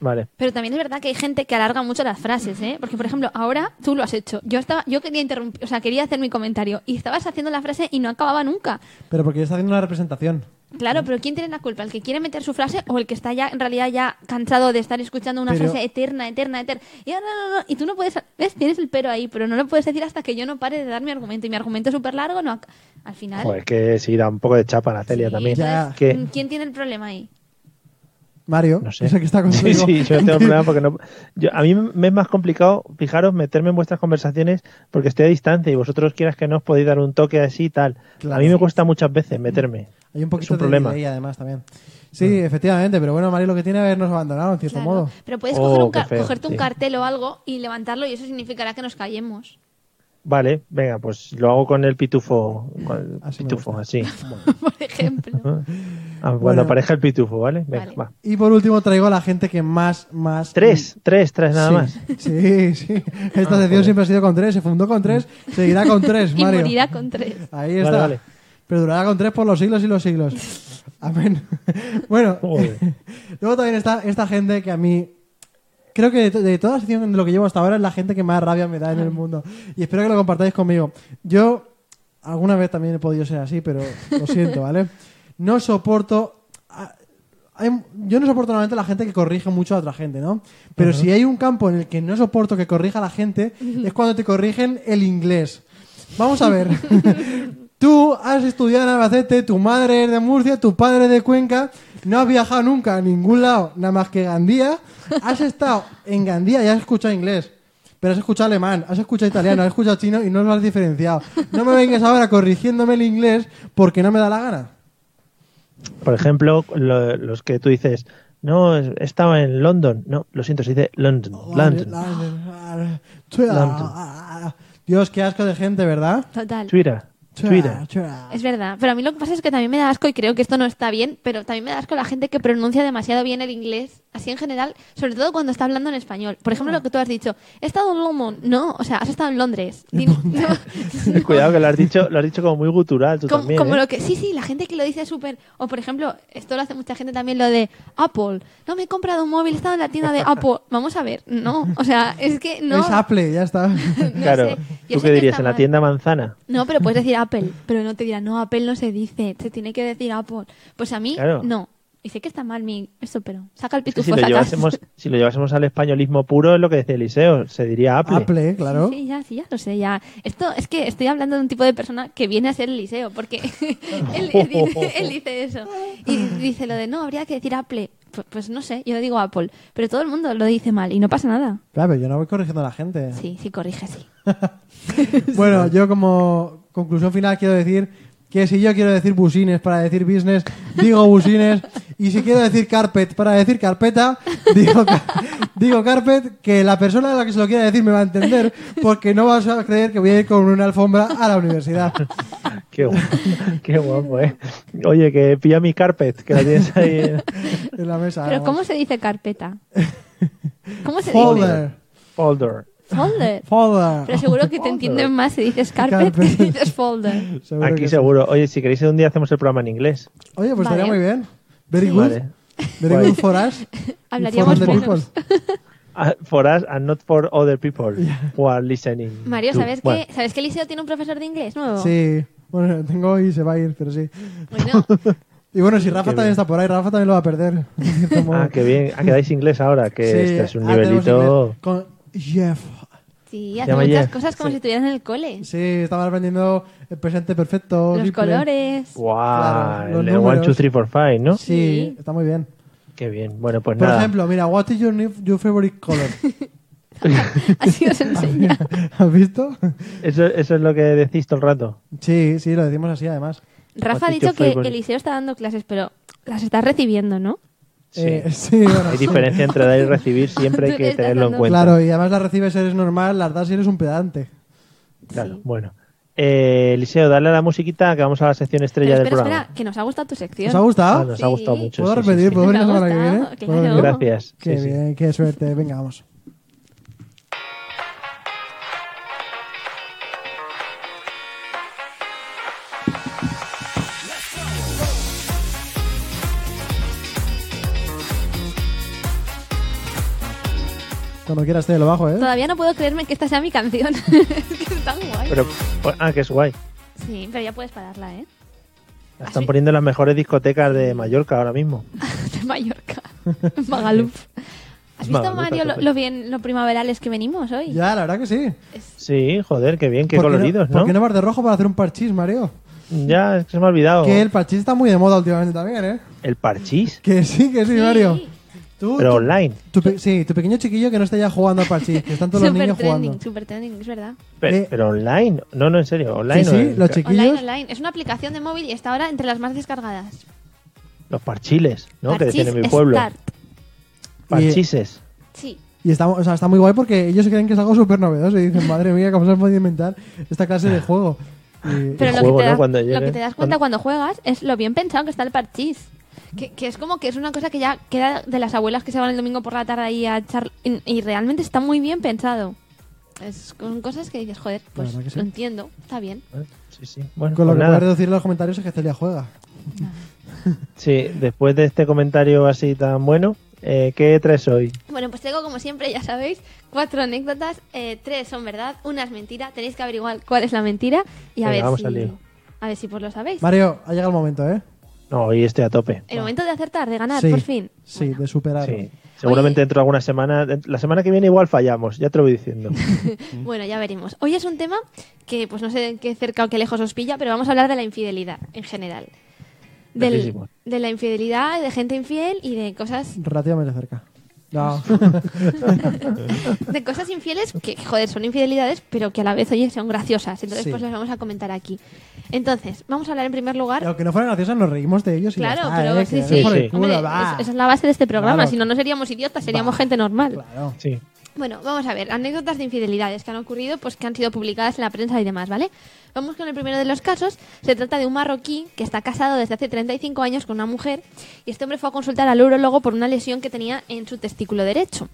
[SPEAKER 1] Vale.
[SPEAKER 4] Pero también es verdad que hay gente que alarga mucho las frases, ¿eh? Porque, por ejemplo, ahora tú lo has hecho. Yo estaba, yo quería interrumpir, o sea, quería hacer mi comentario y estabas haciendo la frase y no acababa nunca.
[SPEAKER 3] Pero porque está haciendo una representación.
[SPEAKER 4] Claro, pero ¿quién tiene la culpa? ¿El que quiere meter su frase o el que está ya, en realidad, ya cansado de estar escuchando una
[SPEAKER 3] Pero-
[SPEAKER 4] frase eterna, eterna, eterna? Y, ahora, no, no, no, y tú no puedes, ¿ves? Tienes el pero ahí, pero no lo puedes decir hasta que yo no pare de dar mi argumento. Y mi argumento es súper largo, no, ac- al final...
[SPEAKER 1] Joder, que sí, da un poco de chapa la Celia
[SPEAKER 4] Sí,
[SPEAKER 1] también.
[SPEAKER 3] Ya.
[SPEAKER 1] Que,
[SPEAKER 4] entonces, ¿Quién tiene el problema ahí?
[SPEAKER 3] Mario,
[SPEAKER 1] no sé.
[SPEAKER 3] es el que está
[SPEAKER 1] sí,
[SPEAKER 3] contigo.
[SPEAKER 1] sí, yo no tengo problema porque no. yo- a mí me es más complicado, fijaros, meterme en vuestras conversaciones porque estoy a distancia y vosotros quieras que no os podéis dar un toque así y tal.
[SPEAKER 3] Claro.
[SPEAKER 1] a mí me cuesta muchas veces meterme.
[SPEAKER 3] Hay un poquito
[SPEAKER 1] es un
[SPEAKER 3] de
[SPEAKER 1] problema.
[SPEAKER 3] delay, además también. Sí, efectivamente, pero bueno, Mario lo que tiene es habernos abandonado en cierto
[SPEAKER 4] Claro.
[SPEAKER 3] modo.
[SPEAKER 4] Pero puedes
[SPEAKER 1] Oh,
[SPEAKER 4] coger un
[SPEAKER 1] qué
[SPEAKER 4] ca-
[SPEAKER 1] feo,
[SPEAKER 4] cogerte un
[SPEAKER 1] sí.
[SPEAKER 4] cartel o algo y levantarlo y eso significará que nos callemos.
[SPEAKER 1] Vale, venga, pues lo hago con el pitufo. Con el
[SPEAKER 3] Así me
[SPEAKER 1] pitufo, así.
[SPEAKER 4] por ejemplo.
[SPEAKER 1] Ah,
[SPEAKER 3] Bueno.
[SPEAKER 1] Cuando aparezca el pitufo, ¿vale? Venga,
[SPEAKER 4] Vale.
[SPEAKER 1] va.
[SPEAKER 3] Y por último traigo a la gente que más, más...
[SPEAKER 1] Tres, tres, tres nada
[SPEAKER 3] Mm. Sí,
[SPEAKER 1] más. Ah,
[SPEAKER 3] Sí, sí. Esta sección siempre ha sido con tres, se fundó con tres, seguirá con tres,
[SPEAKER 4] y
[SPEAKER 3] Mario.
[SPEAKER 4] morirá con tres.
[SPEAKER 3] Ahí está.
[SPEAKER 1] Vale, vale.
[SPEAKER 3] Perdurará con tres por los siglos y los siglos. Amén. bueno,
[SPEAKER 1] Joder.
[SPEAKER 3] luego también está esta gente que a mí... Creo que de, to- de toda la sección de lo que llevo hasta ahora es la gente que más rabia me da en el mundo. Y espero que lo compartáis conmigo. Yo alguna vez también he podido ser así, pero lo siento, ¿vale? No soporto... a- hay- yo no soporto normalmente la gente que corrige mucho a otra gente, ¿no? Pero si hay un campo en el que no soporto que corrija a la gente, es cuando te corrigen el inglés. Vamos a ver. Tú has estudiado en Albacete, tu madre es de Murcia, tu padre es de Cuenca, no has viajado nunca a ningún lado, nada más que Gandía. Has estado en Gandía y has escuchado inglés, pero has escuchado alemán, has escuchado italiano, has escuchado chino y no lo has diferenciado. No me vengas ahora corrigiéndome el inglés porque no me da la gana.
[SPEAKER 1] Por ejemplo, lo- los que tú dices, no, es- estaba en London. No, lo siento, se dice London. London.
[SPEAKER 3] London. ah, Dios, qué asco de gente, ¿verdad?
[SPEAKER 4] Total.
[SPEAKER 1] Twitter. Twitter.
[SPEAKER 4] Es verdad. Pero a mí lo que pasa es que también me da asco y creo que esto no está bien, pero también me da asco la gente que pronuncia demasiado bien el inglés, así en general, sobre todo cuando está hablando en español. Por ejemplo, lo que tú has dicho, he estado en London. No, o sea, has estado en Londres. Di- no.
[SPEAKER 1] Cuidado que lo has dicho, lo has dicho como muy gutural tú
[SPEAKER 4] como,
[SPEAKER 1] también.
[SPEAKER 4] como
[SPEAKER 1] ¿eh?
[SPEAKER 4] lo que sí sí la gente que lo dice súper o por ejemplo esto lo hace mucha gente también lo de Apple no me he comprado un móvil he estado en la tienda de Apple vamos a ver no o sea es que no
[SPEAKER 3] Es Apple, ya está.
[SPEAKER 4] no
[SPEAKER 1] claro.
[SPEAKER 4] sé. Yo
[SPEAKER 1] ¿Tú
[SPEAKER 4] sé
[SPEAKER 1] qué
[SPEAKER 4] que
[SPEAKER 1] dirías?
[SPEAKER 4] está
[SPEAKER 1] ¿En la
[SPEAKER 4] mal.
[SPEAKER 1] tienda manzana?
[SPEAKER 4] no pero puedes decir Apple pero no te dirá no Apple no se dice se tiene que decir Apple pues a mí
[SPEAKER 1] Claro.
[SPEAKER 4] no y sé que está mal mi esto pero saca el
[SPEAKER 1] Es que
[SPEAKER 4] pitufo
[SPEAKER 1] si, lo
[SPEAKER 4] saca.
[SPEAKER 1] llevásemos, si lo llevásemos al españolismo puro, es lo que decía Eliseo, se diría Apple.
[SPEAKER 3] Apple, claro.
[SPEAKER 4] Sí, sí, ya, sí, ya lo sé, ya. Esto es que estoy hablando de un tipo de persona que viene a ser el liceo, porque él, él dice, él dice eso. Y dice lo de, no, habría que decir Apple. Pues, pues no sé, yo digo Apple, pero todo el mundo lo dice mal y no pasa nada.
[SPEAKER 3] Claro, pero yo no voy corrigiendo a la gente.
[SPEAKER 4] Sí, sí, corrige, sí.
[SPEAKER 3] Bueno, yo como conclusión final quiero decir que si yo quiero decir busines para decir business, digo busines. Y si quiero decir carpet para decir carpeta, digo, ca- digo carpet, que la persona a la que se lo quiera decir me va a entender, porque no vas a creer que voy a ir con una alfombra a la universidad.
[SPEAKER 1] Qué, guapo, qué guapo, ¿eh? Oye, que pilla mi carpet, que la tienes ahí. en-
[SPEAKER 3] En la mesa.
[SPEAKER 4] Pero
[SPEAKER 3] vamos.
[SPEAKER 4] ¿cómo se dice carpeta? ¿Cómo se dice?
[SPEAKER 3] Folder.
[SPEAKER 1] Folder.
[SPEAKER 4] Folder.
[SPEAKER 3] Folder.
[SPEAKER 4] Pero seguro que te entienden más si dices carpet que
[SPEAKER 3] Carpet.
[SPEAKER 4] si dices folder.
[SPEAKER 3] Seguro
[SPEAKER 1] Aquí
[SPEAKER 3] que sí.
[SPEAKER 1] seguro. Oye, si queréis un día hacemos el programa en inglés.
[SPEAKER 3] Oye, pues
[SPEAKER 4] Vale.
[SPEAKER 3] estaría muy bien. Very
[SPEAKER 4] ¿Mm?
[SPEAKER 3] good.
[SPEAKER 1] Vale.
[SPEAKER 3] Very
[SPEAKER 1] Guay.
[SPEAKER 3] good for us.
[SPEAKER 4] Hablaríamos
[SPEAKER 3] For the
[SPEAKER 4] menos.
[SPEAKER 3] people.
[SPEAKER 1] Ah, For us and not for other people who are listening.
[SPEAKER 4] Mario,
[SPEAKER 1] to-
[SPEAKER 4] ¿sabes
[SPEAKER 1] Bueno,
[SPEAKER 4] que ¿sabes que Eliseo tiene un profesor de inglés nuevo? Pues
[SPEAKER 3] Sí. Bueno, tengo y se va a ir, pero sí.
[SPEAKER 4] Bueno,
[SPEAKER 3] Y bueno, si Rafa
[SPEAKER 1] Qué
[SPEAKER 3] también
[SPEAKER 1] bien.
[SPEAKER 3] está por ahí, Rafa también lo va a perder. Como-
[SPEAKER 1] Ah, qué bien. Ah, quedáis inglés ahora, que
[SPEAKER 3] Sí,
[SPEAKER 1] este es un
[SPEAKER 3] ah, tenemos
[SPEAKER 1] nivelito.
[SPEAKER 3] inglés Con Jeff.
[SPEAKER 4] Sí,
[SPEAKER 1] Ya
[SPEAKER 4] hace
[SPEAKER 1] me
[SPEAKER 4] muchas
[SPEAKER 1] llevo.
[SPEAKER 4] cosas como si estuvieran en el cole.
[SPEAKER 3] Sí, estaban aprendiendo el presente perfecto.
[SPEAKER 4] Los
[SPEAKER 3] simple.
[SPEAKER 4] colores.
[SPEAKER 1] Wow,
[SPEAKER 3] Claro, los
[SPEAKER 1] el de 1,
[SPEAKER 3] números.
[SPEAKER 1] 2, 3, 4, 5, ¿no?
[SPEAKER 3] Sí,
[SPEAKER 4] Sí.
[SPEAKER 3] está muy bien.
[SPEAKER 1] Qué bien. Bueno, pues
[SPEAKER 3] Por
[SPEAKER 1] nada.
[SPEAKER 3] ejemplo, mira, what is your, new- your favorite color?
[SPEAKER 4] Así os enseña.
[SPEAKER 3] ¿Has visto?
[SPEAKER 1] Eso, eso es lo que decís todo el rato.
[SPEAKER 3] Sí, sí, lo decimos así además.
[SPEAKER 4] Rafa ha
[SPEAKER 1] Patito
[SPEAKER 4] dicho que
[SPEAKER 1] Flavor.
[SPEAKER 4] Eliseo está dando clases, pero las estás recibiendo, ¿no?
[SPEAKER 1] Sí.
[SPEAKER 3] Eh, sí, bueno,
[SPEAKER 1] Hay diferencia entre dar y recibir, siempre hay
[SPEAKER 4] Tú le
[SPEAKER 1] que
[SPEAKER 4] estás
[SPEAKER 1] tenerlo en
[SPEAKER 4] dando-
[SPEAKER 1] cuenta.
[SPEAKER 3] Claro, y además las recibes si eres normal, las das si eres un pedante.
[SPEAKER 1] Claro,
[SPEAKER 4] Sí.
[SPEAKER 1] bueno. Eh, Eliseo, dale a la musiquita que vamos a la sección estrella
[SPEAKER 4] Pero
[SPEAKER 1] del
[SPEAKER 4] espera,
[SPEAKER 1] programa.
[SPEAKER 4] espera, que nos ha gustado tu sección.
[SPEAKER 3] ¿Os ha
[SPEAKER 1] Ah,
[SPEAKER 3] gustado?
[SPEAKER 1] nos ha gustado
[SPEAKER 4] Sí.
[SPEAKER 1] mucho.
[SPEAKER 3] ¿Puedo
[SPEAKER 1] sí, sí,
[SPEAKER 3] repetir?
[SPEAKER 1] sí.
[SPEAKER 3] ¿Puedo venir
[SPEAKER 4] Nos
[SPEAKER 3] la
[SPEAKER 4] ha
[SPEAKER 3] semana que viene?
[SPEAKER 4] gustado,
[SPEAKER 3] ¿Puedo venir?
[SPEAKER 4] claro.
[SPEAKER 1] Gracias.
[SPEAKER 3] Qué
[SPEAKER 1] Sí, sí.
[SPEAKER 3] bien, qué suerte. Venga, vamos. Cuando quieras te lo bajo, ¿eh?
[SPEAKER 4] Todavía no puedo creerme que esta sea mi canción. es que es tan guay.
[SPEAKER 1] Pero, ah, que es guay.
[SPEAKER 4] Sí, pero ya puedes pararla, ¿eh?
[SPEAKER 1] La están poniendo en las mejores discotecas de Mallorca ahora mismo.
[SPEAKER 4] De Mallorca. Magaluf. ¿Has visto,
[SPEAKER 1] Magaluf,
[SPEAKER 4] Mario, lo,
[SPEAKER 1] perfecto.
[SPEAKER 4] lo bien, lo primaverales que venimos hoy?
[SPEAKER 3] Ya, la verdad que sí.
[SPEAKER 1] Sí, joder, qué bien, qué
[SPEAKER 3] ¿Por
[SPEAKER 1] coloridos,
[SPEAKER 3] no, ¿Por
[SPEAKER 1] ¿no?
[SPEAKER 3] qué no vas de rojo para hacer un parchís, Mario?
[SPEAKER 1] Ya, es que se me ha olvidado.
[SPEAKER 3] Que el parchís está muy de moda últimamente también, ¿eh?
[SPEAKER 1] El parchís,
[SPEAKER 3] Que sí, que sí, Mario. Tú,
[SPEAKER 1] pero
[SPEAKER 3] tú-
[SPEAKER 1] online.
[SPEAKER 3] Tu pe- sí, tu pequeño chiquillo que no está ya jugando al parchís, que están todos los
[SPEAKER 4] Super
[SPEAKER 3] niños
[SPEAKER 4] trending,
[SPEAKER 3] jugando.
[SPEAKER 4] super trending, es verdad.
[SPEAKER 1] Pero,
[SPEAKER 3] Eh.
[SPEAKER 1] pero online. No, no, en serio, online.
[SPEAKER 3] Sí,
[SPEAKER 1] o
[SPEAKER 3] sí,
[SPEAKER 1] en-
[SPEAKER 3] los
[SPEAKER 4] Online,
[SPEAKER 3] chiquillos.
[SPEAKER 4] online. Es una aplicación de móvil y está ahora entre las más descargadas.
[SPEAKER 1] los parchiles, ¿no? que
[SPEAKER 4] Parchís
[SPEAKER 1] tiene mi pueblo.
[SPEAKER 4] Start.
[SPEAKER 1] Parchises.
[SPEAKER 4] Sí.
[SPEAKER 3] Y está, o sea, está muy guay porque ellos creen que es algo súper novedoso y dicen, madre mía, ¿cómo se ha podido inventar esta clase de juego? Y-
[SPEAKER 4] Pero lo,
[SPEAKER 1] juego,
[SPEAKER 4] que te
[SPEAKER 1] ¿no?
[SPEAKER 4] das-
[SPEAKER 1] Cuando
[SPEAKER 4] lo
[SPEAKER 1] llegue-
[SPEAKER 4] que te das cuenta cuando juegas es lo bien pensado que está el parchís. Que, que es como que es una cosa que ya queda de las abuelas que se van el domingo por la tarde ahí a echar... Y, y realmente está muy bien pensado. Es, son cosas que dices, joder, pues
[SPEAKER 3] verdad que sí.
[SPEAKER 4] lo entiendo, está bien.
[SPEAKER 1] ¿eh? Sí, sí. Bueno,
[SPEAKER 3] con lo
[SPEAKER 1] pues
[SPEAKER 3] que
[SPEAKER 1] nada.
[SPEAKER 3] puedes decir en los comentarios es que Celia juega.
[SPEAKER 1] Sí, después de este comentario así tan bueno, eh, ¿qué tres hoy?
[SPEAKER 4] Bueno, pues tengo como siempre, ya sabéis, cuatro anécdotas. eh, tres son verdad, una es mentira. Tenéis que averiguar cuál es la mentira y a
[SPEAKER 1] Venga,
[SPEAKER 4] ver
[SPEAKER 1] vamos
[SPEAKER 4] si...
[SPEAKER 1] al lío.
[SPEAKER 4] A ver si pues lo sabéis.
[SPEAKER 3] Mario, ha llegado el momento, ¿eh?
[SPEAKER 1] No, hoy estoy a tope.
[SPEAKER 4] el momento de acertar, de ganar,
[SPEAKER 3] sí,
[SPEAKER 4] por fin.
[SPEAKER 3] Sí, de superar.
[SPEAKER 1] Sí. Seguramente dentro de algunas semanas, la semana que viene igual fallamos, ya te lo voy diciendo.
[SPEAKER 4] Bueno, ya veremos. Hoy es un tema que, pues no sé qué cerca o qué lejos os pilla, pero vamos a hablar de la infidelidad en general. Del-
[SPEAKER 1] Lejísimos.
[SPEAKER 4] de la infidelidad, de gente infiel y de cosas,
[SPEAKER 3] Relativamente cerca. No.
[SPEAKER 4] de cosas infieles que, joder, son infidelidades, pero que a la vez, oye, son graciosas. Entonces,
[SPEAKER 3] Sí.
[SPEAKER 4] pues las vamos a comentar aquí. Entonces, vamos a hablar en primer lugar.
[SPEAKER 3] Y aunque no fueran graciosas, nos reímos de ellos. Y ya
[SPEAKER 4] claro,
[SPEAKER 3] está,
[SPEAKER 4] pero
[SPEAKER 3] ¿eh?
[SPEAKER 4] sí,
[SPEAKER 3] Que
[SPEAKER 4] sí.
[SPEAKER 3] por el culo,
[SPEAKER 4] Hombre,
[SPEAKER 3] va.
[SPEAKER 4] es- esa es la base de este programa.
[SPEAKER 3] Claro.
[SPEAKER 4] Si no, no seríamos idiotas, seríamos gente normal.
[SPEAKER 3] Claro.
[SPEAKER 1] Sí.
[SPEAKER 4] Bueno, vamos a ver, anécdotas de infidelidades que han ocurrido, pues que han sido publicadas en la prensa y demás, ¿vale? Vamos con el primero de los casos. Se trata de un marroquí que está casado desde hace 35 años con una mujer y este hombre fue a consultar al urologo por una lesión que tenía en su testículo derecho.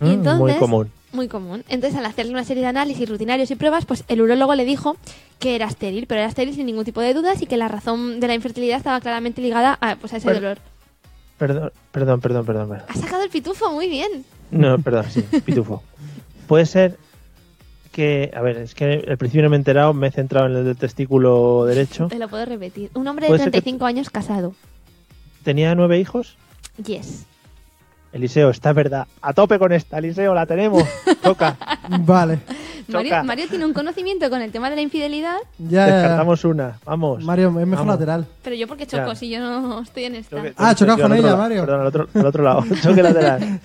[SPEAKER 4] Y
[SPEAKER 1] Mm,
[SPEAKER 4] entonces,
[SPEAKER 1] muy común.
[SPEAKER 4] Muy común. Entonces, al hacerle una serie de análisis rutinarios y pruebas, pues el urólogo le dijo que era estéril, pero era estéril sin ningún tipo de dudas y que la razón de la infertilidad estaba claramente ligada a, pues, a ese
[SPEAKER 1] Bueno.
[SPEAKER 4] dolor.
[SPEAKER 1] Perdón, perdón, perdón, perdón. perdón.
[SPEAKER 4] Ha sacado el pitufo, muy bien.
[SPEAKER 1] No, perdón, sí, pitufo. Puede ser que, a ver, es que al principio no me he enterado, me he centrado en el del testículo derecho.
[SPEAKER 4] Te lo puedo repetir. Un hombre de
[SPEAKER 1] Puede ser que-
[SPEAKER 4] 35 años casado.
[SPEAKER 1] Tenía nueve hijos.
[SPEAKER 4] Yes.
[SPEAKER 1] Eliseo, está verdad. A tope con esta, Eliseo, la tenemos. Toca.
[SPEAKER 3] Vale.
[SPEAKER 4] Mario,
[SPEAKER 1] Choca.
[SPEAKER 4] Mario tiene un conocimiento con el tema de la infidelidad,
[SPEAKER 3] Ya, ya, ya.
[SPEAKER 1] Descartamos una. Vamos.
[SPEAKER 3] Mario, es mejor
[SPEAKER 1] Vamos.
[SPEAKER 3] lateral.
[SPEAKER 4] pero yo porque choco
[SPEAKER 1] Ya.
[SPEAKER 4] si yo no estoy en esta.
[SPEAKER 1] Choque-
[SPEAKER 3] Ah,
[SPEAKER 1] choque-
[SPEAKER 3] chocas
[SPEAKER 1] choque
[SPEAKER 3] con
[SPEAKER 1] al otro
[SPEAKER 3] ella,
[SPEAKER 1] lado.
[SPEAKER 3] Mario.
[SPEAKER 1] Perdón, al otro, al otro lado. Choque lateral.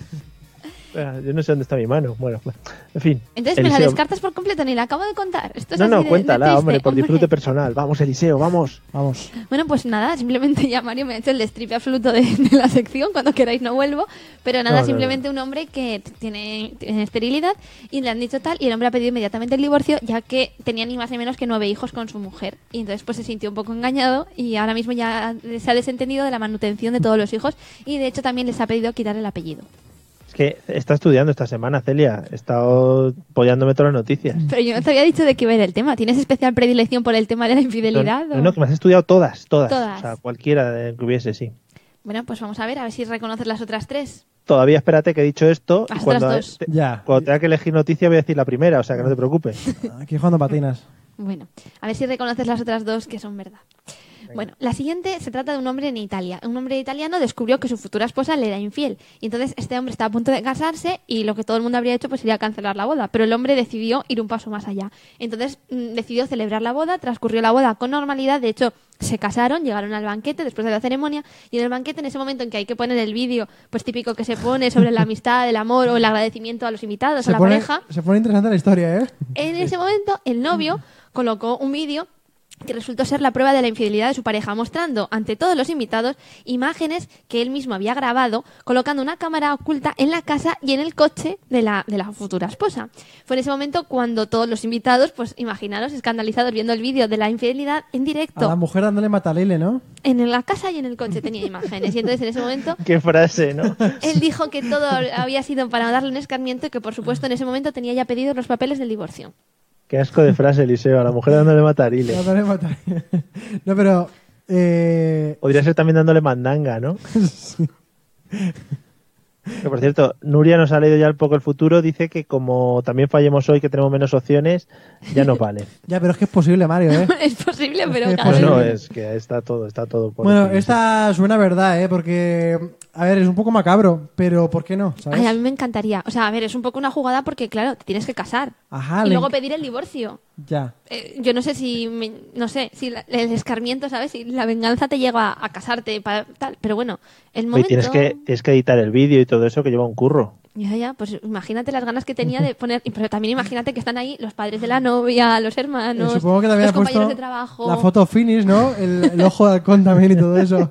[SPEAKER 1] Espera, Ah, Yo no sé dónde está mi mano. Bueno, pues, en fin.
[SPEAKER 4] Entonces me la
[SPEAKER 1] Eliseo-
[SPEAKER 4] descartas por completo, ni la acabo de contar. Esto es
[SPEAKER 1] No,
[SPEAKER 4] así de-
[SPEAKER 1] no,
[SPEAKER 4] de
[SPEAKER 1] cuéntala,
[SPEAKER 4] triste,
[SPEAKER 1] hombre, por disfrute personal. Vamos, Eliseo, vamos.
[SPEAKER 3] Vamos.
[SPEAKER 4] Bueno, pues nada, simplemente ya Mario me ha hecho el destripe absoluto de, de la sección, cuando queráis no vuelvo, pero nada,
[SPEAKER 1] No, no,
[SPEAKER 4] simplemente un hombre que t- tiene, tiene esterilidad y le han dicho tal, y el hombre ha pedido inmediatamente el divorcio, ya que tenía ni más ni menos que nueve hijos con su mujer, y entonces pues se sintió un poco engañado y ahora mismo ya se ha desentendido de la manutención de todos los hijos, y de hecho también les ha pedido quitar el apellido.
[SPEAKER 1] Es que está estudiando esta semana, Celia. He estado apoyándome todas las noticias.
[SPEAKER 4] Pero yo no te había dicho de qué ver el tema. ¿Tienes especial predilección por el tema de la
[SPEAKER 1] No,
[SPEAKER 4] infidelidad? o-
[SPEAKER 1] no, no, que me has estudiado todas, todas.
[SPEAKER 4] Todas.
[SPEAKER 1] O sea, cualquiera de- que hubiese, sí.
[SPEAKER 4] Bueno, pues vamos a ver, a ver si reconoces las otras tres.
[SPEAKER 1] Todavía espérate que he dicho esto. y
[SPEAKER 4] Las
[SPEAKER 1] cuando,
[SPEAKER 4] otras dos.
[SPEAKER 1] te-
[SPEAKER 3] Ya.
[SPEAKER 1] cuando tenga que elegir noticia voy a decir la primera, o sea que no te preocupes.
[SPEAKER 3] Aquí jugando a patinas.
[SPEAKER 4] Bueno, a ver si reconoces las otras dos que son verdad. Bueno, la siguiente se trata de un hombre en Italia. Un hombre italiano descubrió que su futura esposa le era infiel. Y entonces este hombre estaba a punto de casarse y lo que todo el mundo habría hecho pues sería cancelar la boda. Pero el hombre decidió ir un paso más allá. Entonces mm, decidió celebrar la boda, transcurrió la boda con normalidad. De hecho, se casaron, llegaron al banquete después de la ceremonia y en el banquete, en ese momento en que hay que poner el vídeo, pues típico que se pone sobre la amistad, el amor o el agradecimiento a los invitados, a
[SPEAKER 3] se,
[SPEAKER 4] la
[SPEAKER 3] pone,
[SPEAKER 4] pareja.
[SPEAKER 3] se pone interesante la historia, ¿eh?
[SPEAKER 4] En ese momento, el novio colocó un vídeo que resultó ser la prueba de la infidelidad de su pareja, mostrando ante todos los invitados imágenes que él mismo había grabado, colocando una cámara oculta en la casa y en el coche de la, de la futura esposa. Fue en ese momento cuando todos los invitados, pues imaginaros, escandalizados viendo el vídeo de la infidelidad en
[SPEAKER 3] A la
[SPEAKER 4] directo,
[SPEAKER 3] mujer dándole matalele, ¿no?
[SPEAKER 4] en la casa y en el coche tenía imágenes. Y entonces en ese momento
[SPEAKER 1] Qué frase, ¿no?
[SPEAKER 4] él dijo que todo había sido para darle un escarmiento y que por supuesto en ese momento tenía ya pedido los papeles del divorcio.
[SPEAKER 1] Qué asco de frase, Eliseo. A la mujer dándole matarile.
[SPEAKER 3] Dándole matalele. No, pero... eh,
[SPEAKER 1] Podría ser también dándole mandanga, ¿no? Que por cierto, Nuria nos ha leído ya un poco el futuro. Dice que como también fallemos hoy, que tenemos menos opciones, ya no vale.
[SPEAKER 3] ya, pero es que es posible, Mario, ¿eh?
[SPEAKER 4] es posible, pero
[SPEAKER 3] Pues
[SPEAKER 4] cada
[SPEAKER 1] Pues
[SPEAKER 4] vez-
[SPEAKER 1] no, es que está todo, está todo por
[SPEAKER 3] Bueno,
[SPEAKER 1] definirse.
[SPEAKER 3] esta suena a verdad, ¿eh? Porque, a ver, es un poco macabro, pero ¿por qué no? ¿Sabes?
[SPEAKER 4] Ay, a mí me encantaría. O sea, a ver, es un poco una jugada porque, claro, te tienes que casar.
[SPEAKER 3] Ajá,
[SPEAKER 4] y
[SPEAKER 3] le
[SPEAKER 4] luego
[SPEAKER 3] enc-
[SPEAKER 4] pedir el divorcio.
[SPEAKER 3] Ya.
[SPEAKER 4] Eh, yo no sé si, me- no sé, si la- el escarmiento, ¿sabes? Si la venganza te lleva a casarte para tal. Pero bueno, el
[SPEAKER 1] Oye,
[SPEAKER 4] momento...
[SPEAKER 1] tienes que, tienes que editar el vídeo y todo eso que lleva un curro.
[SPEAKER 4] Ya, ya, pues imagínate las ganas que tenía de poner... Pero también imagínate que están ahí los padres de la novia, los
[SPEAKER 3] Eh,
[SPEAKER 4] hermanos,
[SPEAKER 3] Supongo que también
[SPEAKER 4] los
[SPEAKER 3] has puesto
[SPEAKER 4] compañeros de trabajo...
[SPEAKER 3] la foto finish, ¿no? El, el ojo de halcón también y todo eso.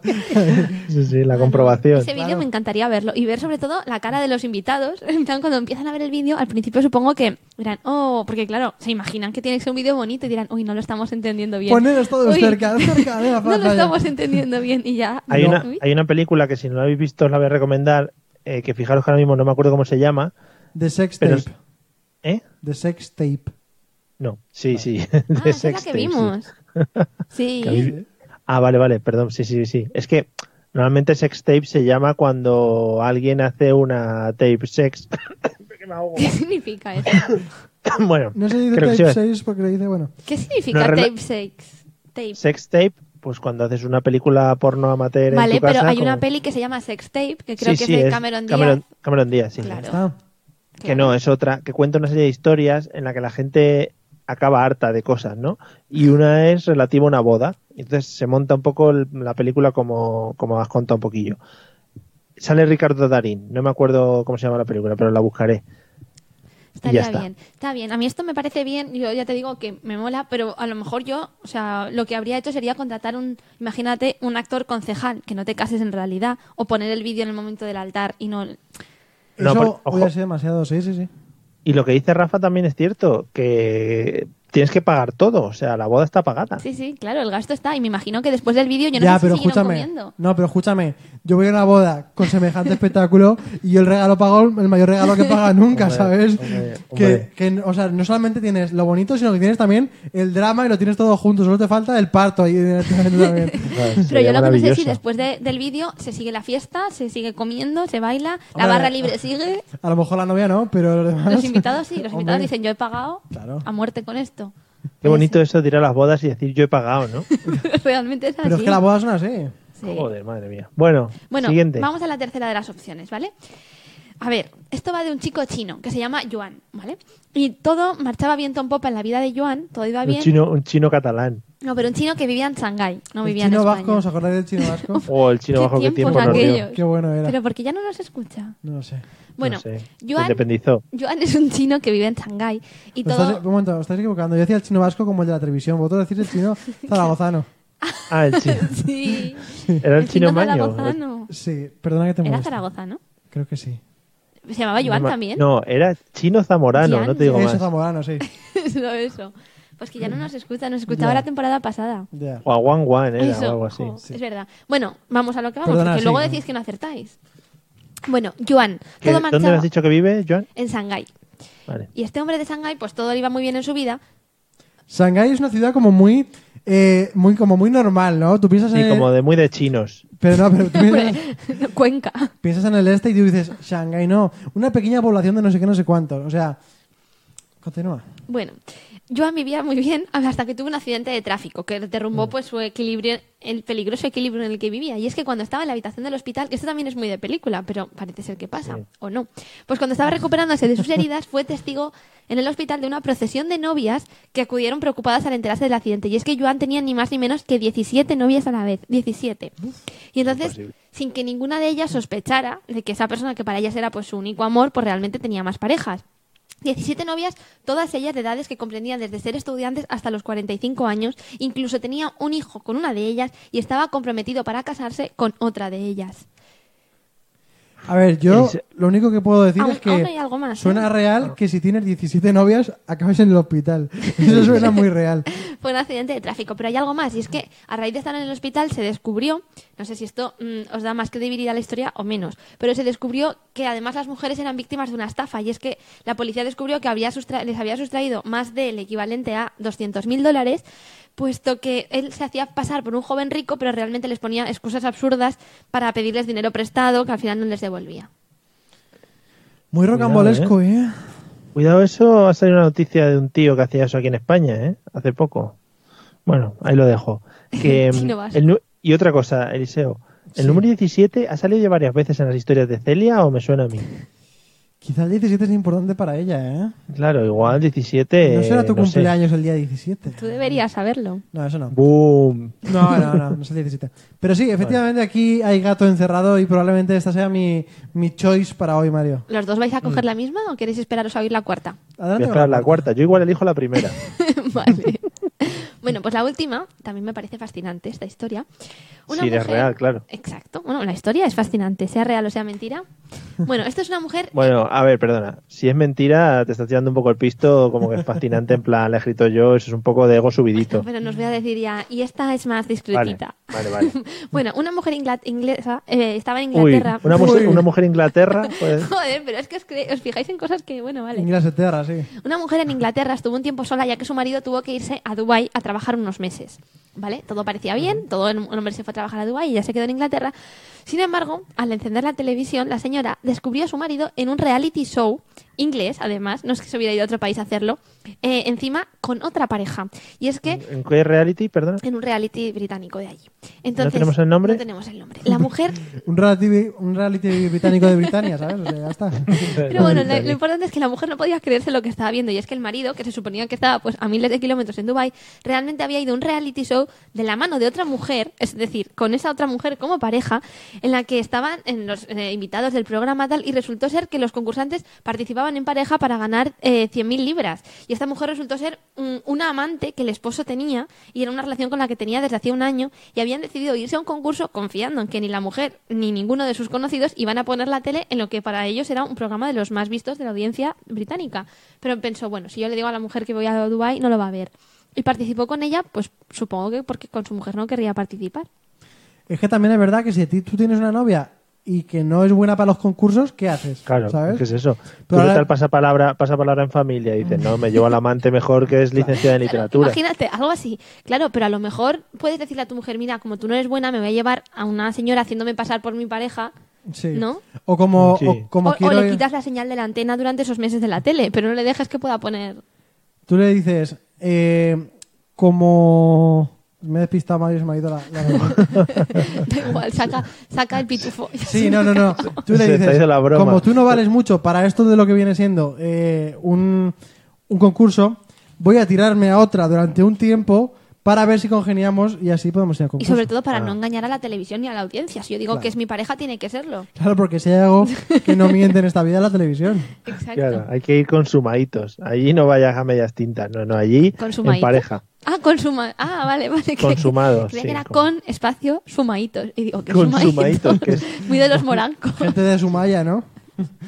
[SPEAKER 1] Sí, sí, la
[SPEAKER 4] Bueno,
[SPEAKER 1] comprobación.
[SPEAKER 4] Ese vídeo
[SPEAKER 3] claro.
[SPEAKER 4] me encantaría verlo y ver sobre todo la cara de los invitados. En plan, cuando empiezan a ver el vídeo, al principio supongo que dirán, oh, porque claro, se imaginan que tiene que ser un vídeo bonito y dirán, uy, no lo estamos entendiendo bien.
[SPEAKER 3] Poneros todos
[SPEAKER 4] Uy,
[SPEAKER 3] cerca, cerca de la
[SPEAKER 4] no lo
[SPEAKER 3] pantalla.
[SPEAKER 4] estamos entendiendo bien y ya.
[SPEAKER 1] Hay,
[SPEAKER 4] no.
[SPEAKER 1] una,
[SPEAKER 4] Uy,
[SPEAKER 1] hay una película que si no la habéis visto os la voy a recomendar, eh, que fijaros que ahora mismo no me acuerdo cómo se llama.
[SPEAKER 3] The sex
[SPEAKER 1] Pero-
[SPEAKER 3] tape.
[SPEAKER 1] ¿Eh?
[SPEAKER 3] The sex tape.
[SPEAKER 1] No, sí, sí.
[SPEAKER 4] ah,
[SPEAKER 1] de
[SPEAKER 4] esa es la
[SPEAKER 1] sex tape,
[SPEAKER 4] que
[SPEAKER 1] sí.
[SPEAKER 4] vimos. Sí.
[SPEAKER 1] Que habéis- Ah, vale, vale, perdón, sí, sí, sí. Es que normalmente sex tape se llama cuando alguien hace una tape sex.
[SPEAKER 4] ¿Qué significa eso?
[SPEAKER 1] bueno,
[SPEAKER 3] No se dice
[SPEAKER 1] creo que sí,
[SPEAKER 3] tape
[SPEAKER 1] ¿ves?
[SPEAKER 3] 6 porque le dice, bueno,
[SPEAKER 4] ¿Qué significa
[SPEAKER 1] No, rela-
[SPEAKER 4] tape sex? Tape.
[SPEAKER 1] sex tape, pues cuando haces una película porno amateur en
[SPEAKER 4] Vale,
[SPEAKER 1] tu casa.
[SPEAKER 4] pero hay una
[SPEAKER 1] como-
[SPEAKER 4] peli que se llama Sex Tape, que creo
[SPEAKER 1] Sí,
[SPEAKER 4] que
[SPEAKER 1] sí,
[SPEAKER 4] es de Cameron Díaz.
[SPEAKER 1] Cameron, Cameron Díaz, sí.
[SPEAKER 4] Claro.
[SPEAKER 3] está.
[SPEAKER 1] Que no, es otra, que cuenta una serie de historias en la que la gente acaba harta de cosas, ¿no? Y una es relativa a una boda. Entonces se monta un poco el- la película como, como has contado un poquillo. Sale Ricardo Darín, no me acuerdo cómo se llama la película, pero la buscaré.
[SPEAKER 4] Estaría
[SPEAKER 1] ya está.
[SPEAKER 4] bien, está bien. A mí esto me parece bien, yo ya te digo que me mola, pero a lo mejor yo, o sea, lo que habría hecho sería contratar un, imagínate, un actor concejal, que no te cases en realidad, o poner el vídeo en el momento del altar y no...
[SPEAKER 1] No,
[SPEAKER 3] eso
[SPEAKER 1] por-
[SPEAKER 3] hubiera
[SPEAKER 1] ojo.
[SPEAKER 3] sido demasiado, sí, sí, sí.
[SPEAKER 1] Y lo que dice Rafa también es cierto, que tienes que pagar todo, o sea, la boda está pagada.
[SPEAKER 4] Sí, sí, claro, el gasto está, y me imagino que después del vídeo yo no
[SPEAKER 3] ya,
[SPEAKER 4] sé si
[SPEAKER 3] pero
[SPEAKER 4] siguieron
[SPEAKER 3] escúchame.
[SPEAKER 4] comiendo.
[SPEAKER 3] No, pero escúchame. Yo voy a una boda con semejante espectáculo y yo el regalo pago el mayor regalo que paga nunca,
[SPEAKER 1] Hombre,
[SPEAKER 3] ¿sabes?
[SPEAKER 1] hombre,
[SPEAKER 3] que,
[SPEAKER 1] hombre.
[SPEAKER 3] que, o sea, no solamente tienes lo bonito, sino que tienes también el drama y lo tienes todo junto. Solo te falta el parto ahí directamente también.
[SPEAKER 4] Pero yo lo que no sé es si
[SPEAKER 1] Maravilloso.
[SPEAKER 4] después de- del vídeo se sigue la fiesta, se sigue comiendo, se baila, la
[SPEAKER 3] Hombre, eh,
[SPEAKER 4] barra libre sigue,
[SPEAKER 3] A lo mejor la novia no, pero los demás.
[SPEAKER 4] los invitados sí, los
[SPEAKER 3] Hombre,
[SPEAKER 4] invitados dicen yo he pagado
[SPEAKER 3] Claro.
[SPEAKER 4] a muerte con esto.
[SPEAKER 1] Qué bonito eso de ir a las bodas y decir yo he pagado, ¿no?
[SPEAKER 4] Realmente es así.
[SPEAKER 3] Pero es que las bodas son así.
[SPEAKER 4] Sí.
[SPEAKER 1] Joder, madre mía. Bueno,
[SPEAKER 4] Bueno,
[SPEAKER 1] siguiente.
[SPEAKER 4] vamos a la tercera de las opciones, ¿vale? A ver, esto va de un chico chino que se llama Yuan, ¿vale? Y todo marchaba viento en popa en la vida de Yuan, todo iba
[SPEAKER 1] Un
[SPEAKER 4] bien.
[SPEAKER 1] chino, un chino catalán.
[SPEAKER 4] No, pero un chino que vivía en Shanghái, no
[SPEAKER 3] el
[SPEAKER 4] vivía
[SPEAKER 3] chino
[SPEAKER 4] en España.
[SPEAKER 3] vasco, ¿os acordáis del chino vasco?
[SPEAKER 1] O el chino
[SPEAKER 4] ¿Qué
[SPEAKER 1] bajo que
[SPEAKER 4] tiempos
[SPEAKER 1] tiempo nos dio.
[SPEAKER 4] aquellos?
[SPEAKER 3] Qué bueno era.
[SPEAKER 4] Pero porque ya no nos escucha.
[SPEAKER 3] No lo sé.
[SPEAKER 4] Bueno,
[SPEAKER 1] no sé, pues se
[SPEAKER 4] Yuan,
[SPEAKER 1] independizó.
[SPEAKER 4] Yuan es un chino que vive en Shanghái y
[SPEAKER 1] Pues
[SPEAKER 3] Os estáis-
[SPEAKER 4] todo
[SPEAKER 3] un momento, os estáis equivocando. Yo decía el chino vasco como el de la televisión. Vosotros decís el chino zaragozano.
[SPEAKER 1] Ah, el chino.
[SPEAKER 4] sí.
[SPEAKER 1] Era el, chino, maño.
[SPEAKER 4] zaragozano.
[SPEAKER 3] Sí, perdona que te
[SPEAKER 4] Era
[SPEAKER 3] moleste.
[SPEAKER 4] zaragozano.
[SPEAKER 3] Creo que sí.
[SPEAKER 4] Se llamaba Yuan
[SPEAKER 1] No,
[SPEAKER 4] también.
[SPEAKER 1] No, era chino zamorano,
[SPEAKER 4] Yan,
[SPEAKER 1] no te digo
[SPEAKER 3] Eso
[SPEAKER 1] más.
[SPEAKER 3] zamorano, sí.
[SPEAKER 4] Solo eso. Pues que ya no nos escucha, nos escuchaba
[SPEAKER 3] Ya.
[SPEAKER 4] la temporada pasada.
[SPEAKER 3] Ya.
[SPEAKER 1] Guaguan Guan era
[SPEAKER 4] Eso,
[SPEAKER 1] o algo así.
[SPEAKER 4] jo, Es verdad. Bueno, vamos a lo que vamos,
[SPEAKER 3] Perdona,
[SPEAKER 4] porque
[SPEAKER 3] sí,
[SPEAKER 4] luego
[SPEAKER 3] ¿no?
[SPEAKER 4] decís que no acertáis. Bueno, Joan,
[SPEAKER 1] ¿Qué-
[SPEAKER 4] todo
[SPEAKER 1] ¿Dónde me
[SPEAKER 4] marchaba
[SPEAKER 1] has dicho que vive, Joan?
[SPEAKER 4] en Shanghái.
[SPEAKER 1] Vale.
[SPEAKER 4] Y este hombre de Shanghái, pues todo le iba muy bien en su vida.
[SPEAKER 3] Shanghái es una ciudad como muy, eh, muy, como muy normal, ¿no? Tú piensas en
[SPEAKER 4] Pues,
[SPEAKER 1] Sí,
[SPEAKER 3] el-
[SPEAKER 1] como de muy de chinos.
[SPEAKER 3] Pero no, pero tú piensas,
[SPEAKER 4] Cuenca.
[SPEAKER 3] piensas en el este y tú dices, Shanghái no, una pequeña población de no sé qué, no sé cuántos. O sea, Continúa.
[SPEAKER 4] Bueno, yo a mi vida muy bien hasta que tuve un accidente de tráfico que derrumbó pues su equilibrio, el peligroso equilibrio en el que vivía. Y es que cuando estaba en la habitación del hospital, que esto también es muy de película, pero parece ser que pasa, o no. Pues cuando estaba recuperándose de sus heridas, fue testigo en el hospital de una procesión de novias que acudieron preocupadas al enterarse del accidente. Y es que Joan tenía ni más ni menos que 17 novias a la vez. 17. Y entonces, sin que ninguna de ellas sospechara de que esa persona que para ellas era pues su único amor, pues realmente tenía más parejas. 17 novias, todas ellas de edades que comprendían desde ser estudiantes hasta los 45 años, incluso tenía un hijo con una de ellas y estaba comprometido para casarse con otra de ellas.
[SPEAKER 3] A ver, yo
[SPEAKER 1] Es-
[SPEAKER 3] lo único que puedo decir
[SPEAKER 4] Aún-
[SPEAKER 3] es que
[SPEAKER 4] aún hay algo más, ¿eh?
[SPEAKER 3] suena real que si tienes 17 novias acabes en el hospital. Eso suena muy real.
[SPEAKER 4] Fue un accidente de tráfico, pero hay algo más, y es que a raíz de estar en el hospital se descubrió, no sé si esto mm, os da más credibilidad a la historia o menos, pero se descubrió que además las mujeres eran víctimas de una estafa, y es que la policía descubrió que había sustra- les había sustraído más del equivalente a 200.000 dólares, puesto que él se hacía pasar por un joven rico, pero realmente les ponía excusas absurdas para pedirles dinero prestado que al final no les devolvía.
[SPEAKER 3] Muy rocambolesco, ¿eh?
[SPEAKER 1] Cuidado, eso ha salido una noticia de un tío que hacía eso aquí en España, ¿eh? Hace poco. Bueno, ahí lo dejo. Que, mm,
[SPEAKER 4] Chino vas.
[SPEAKER 1] el nu- y otra cosa, Eliseo. El
[SPEAKER 3] Sí.
[SPEAKER 1] número 17 ha salido ya varias veces en las historias de Celia o me suena a mí.
[SPEAKER 3] Quizá el 17 es importante para ella, ¿eh?
[SPEAKER 1] Claro, igual 17.
[SPEAKER 3] no será tu
[SPEAKER 1] Eh, sé.
[SPEAKER 3] cumpleaños el día 17.
[SPEAKER 4] Tú deberías saberlo.
[SPEAKER 3] No, eso no.
[SPEAKER 1] Boom.
[SPEAKER 3] No, no, no, no es el 17. Pero sí, efectivamente aquí hay gato encerrado y probablemente esta sea mi, mi choice para hoy, Mario.
[SPEAKER 4] ¿Los dos vais a coger la misma o queréis esperaros a oír la cuarta?
[SPEAKER 1] Voy a
[SPEAKER 3] Adelante.
[SPEAKER 1] esperar
[SPEAKER 3] Mario.
[SPEAKER 1] la cuarta. Yo igual elijo la primera.
[SPEAKER 4] vale. Bueno, pues la última, también me parece fascinante esta historia.
[SPEAKER 1] Si eres real, claro.
[SPEAKER 4] Exacto. Bueno, la historia es fascinante, sea real o sea mentira. Bueno, esto es una mujer...
[SPEAKER 1] Bueno, a ver, perdona. Si es mentira, te estás tirando un poco el pisto, como que es fascinante, en plan, la he escrito yo, eso es un poco de ego subidito.
[SPEAKER 4] Pero nos voy a decir ya, y esta es más
[SPEAKER 1] Vale,
[SPEAKER 4] discretita.
[SPEAKER 1] vale, vale.
[SPEAKER 4] Bueno, una mujer ingla- inglesa eh, estaba en
[SPEAKER 1] Uy,
[SPEAKER 4] Inglaterra.
[SPEAKER 1] una,
[SPEAKER 3] Uy.
[SPEAKER 1] mujer, una mujer Inglaterra, pues,
[SPEAKER 4] Joder, pero es que os, cre- os fijáis en cosas que, bueno, vale.
[SPEAKER 3] Inglaterra, sí.
[SPEAKER 4] Una mujer en Inglaterra estuvo un tiempo sola ya que su marido tuvo que irse a Dubái a trabajar unos meses. ¿Vale? Todo parecía bien, todo el un hombre se fue a trabajar a Dubái y ya se quedó en Inglaterra. Sin embargo, al encender la televisión, la señora descubrió a su marido en un reality show inglés, además, no es que se hubiera ido a otro país a hacerlo, eh, encima con otra pareja. Y es que
[SPEAKER 1] ¿en qué reality, perdona?
[SPEAKER 4] en un reality británico de allí. Entonces,
[SPEAKER 1] tenemos el nombre?
[SPEAKER 4] No tenemos el nombre. La mujer
[SPEAKER 3] Un reality, un reality británico de Britania, ¿sabes? O sea, ya está.
[SPEAKER 4] Pero bueno, lo, lo importante es que la mujer no podía creerse lo que estaba viendo y es que el marido, que se suponía que estaba pues a miles de kilómetros en Dubai, realmente había ido a un reality show de la mano de otra mujer, es decir, con esa otra mujer como pareja, en la que estaban en los eh, invitados del programa tal y resultó ser que los concursantes participaban en pareja para ganar eh, 100.000 libras y esta mujer resultó ser mm, una amante que el esposo tenía y era una relación con la que tenía desde hacía un año y habían decidido irse a un concurso confiando en que ni la mujer ni ninguno de sus conocidos iban a poner la tele en lo que para ellos era un programa de los más vistos de la audiencia británica. Pero pensó, bueno, si yo le digo a la mujer que voy a Dubái, no lo va a ver. Y participó con ella, pues supongo que porque con su mujer no querría participar.
[SPEAKER 3] Es que también es verdad que si ti- tú tienes una novia y que no es buena para los concursos, ¿qué haces?
[SPEAKER 1] Claro,
[SPEAKER 3] ¿sabes?
[SPEAKER 1] ¿qué es eso? Tú
[SPEAKER 3] Pero
[SPEAKER 1] le
[SPEAKER 3] ahora-
[SPEAKER 1] tal pasapalabra, pasapalabra en familia, dices, no, me llevo al amante mejor que es licenciada en literatura.
[SPEAKER 4] Imagínate, algo así. Claro, pero a lo mejor puedes decirle a tu mujer, mira, como tú no eres buena, me voy a llevar a una señora haciéndome pasar por mi pareja.
[SPEAKER 3] Sí.
[SPEAKER 4] ¿No?
[SPEAKER 3] O como,
[SPEAKER 1] Sí.
[SPEAKER 3] o como
[SPEAKER 4] o, o
[SPEAKER 3] quiero
[SPEAKER 4] le
[SPEAKER 3] ir-
[SPEAKER 4] quitas la señal de la antena durante esos meses de la tele, pero no le dejes que pueda poner.
[SPEAKER 3] Tú le dices, eh, como... Me he despistado, Mario, se me ha ido la... la-
[SPEAKER 4] da igual, saca, saca el pitufo.
[SPEAKER 3] Sí, no, no, no. Tú le
[SPEAKER 1] Se te
[SPEAKER 3] dices,
[SPEAKER 1] hizo la broma.
[SPEAKER 3] como tú no vales mucho para esto de lo que viene siendo eh, un, un concurso, voy a tirarme a otra durante un tiempo para ver si congeniamos y así podemos ir a
[SPEAKER 4] Y
[SPEAKER 3] concurso.
[SPEAKER 4] sobre todo para
[SPEAKER 1] Ah.
[SPEAKER 4] no engañar a la televisión y a la audiencia. Si yo digo que es mi pareja, tiene que serlo.
[SPEAKER 3] Claro, porque si hay algo que no miente en esta vida es la televisión.
[SPEAKER 4] Exacto.
[SPEAKER 1] Claro, hay que ir con sumaditos. Allí no vayas a medias tintas, no, no, allí
[SPEAKER 4] Con su
[SPEAKER 1] en pareja.
[SPEAKER 4] Ah, con suma- Ah, vale, vale. que-
[SPEAKER 1] Consumados,
[SPEAKER 4] Creía
[SPEAKER 1] sí,
[SPEAKER 4] que era
[SPEAKER 1] con-
[SPEAKER 4] con espacio sumaitos. Y digo, ¿qué
[SPEAKER 1] Con
[SPEAKER 4] sumaitos?
[SPEAKER 1] sumaitos, que es-
[SPEAKER 4] Muy de los morancos.
[SPEAKER 3] Gente de Sumaya, ¿no?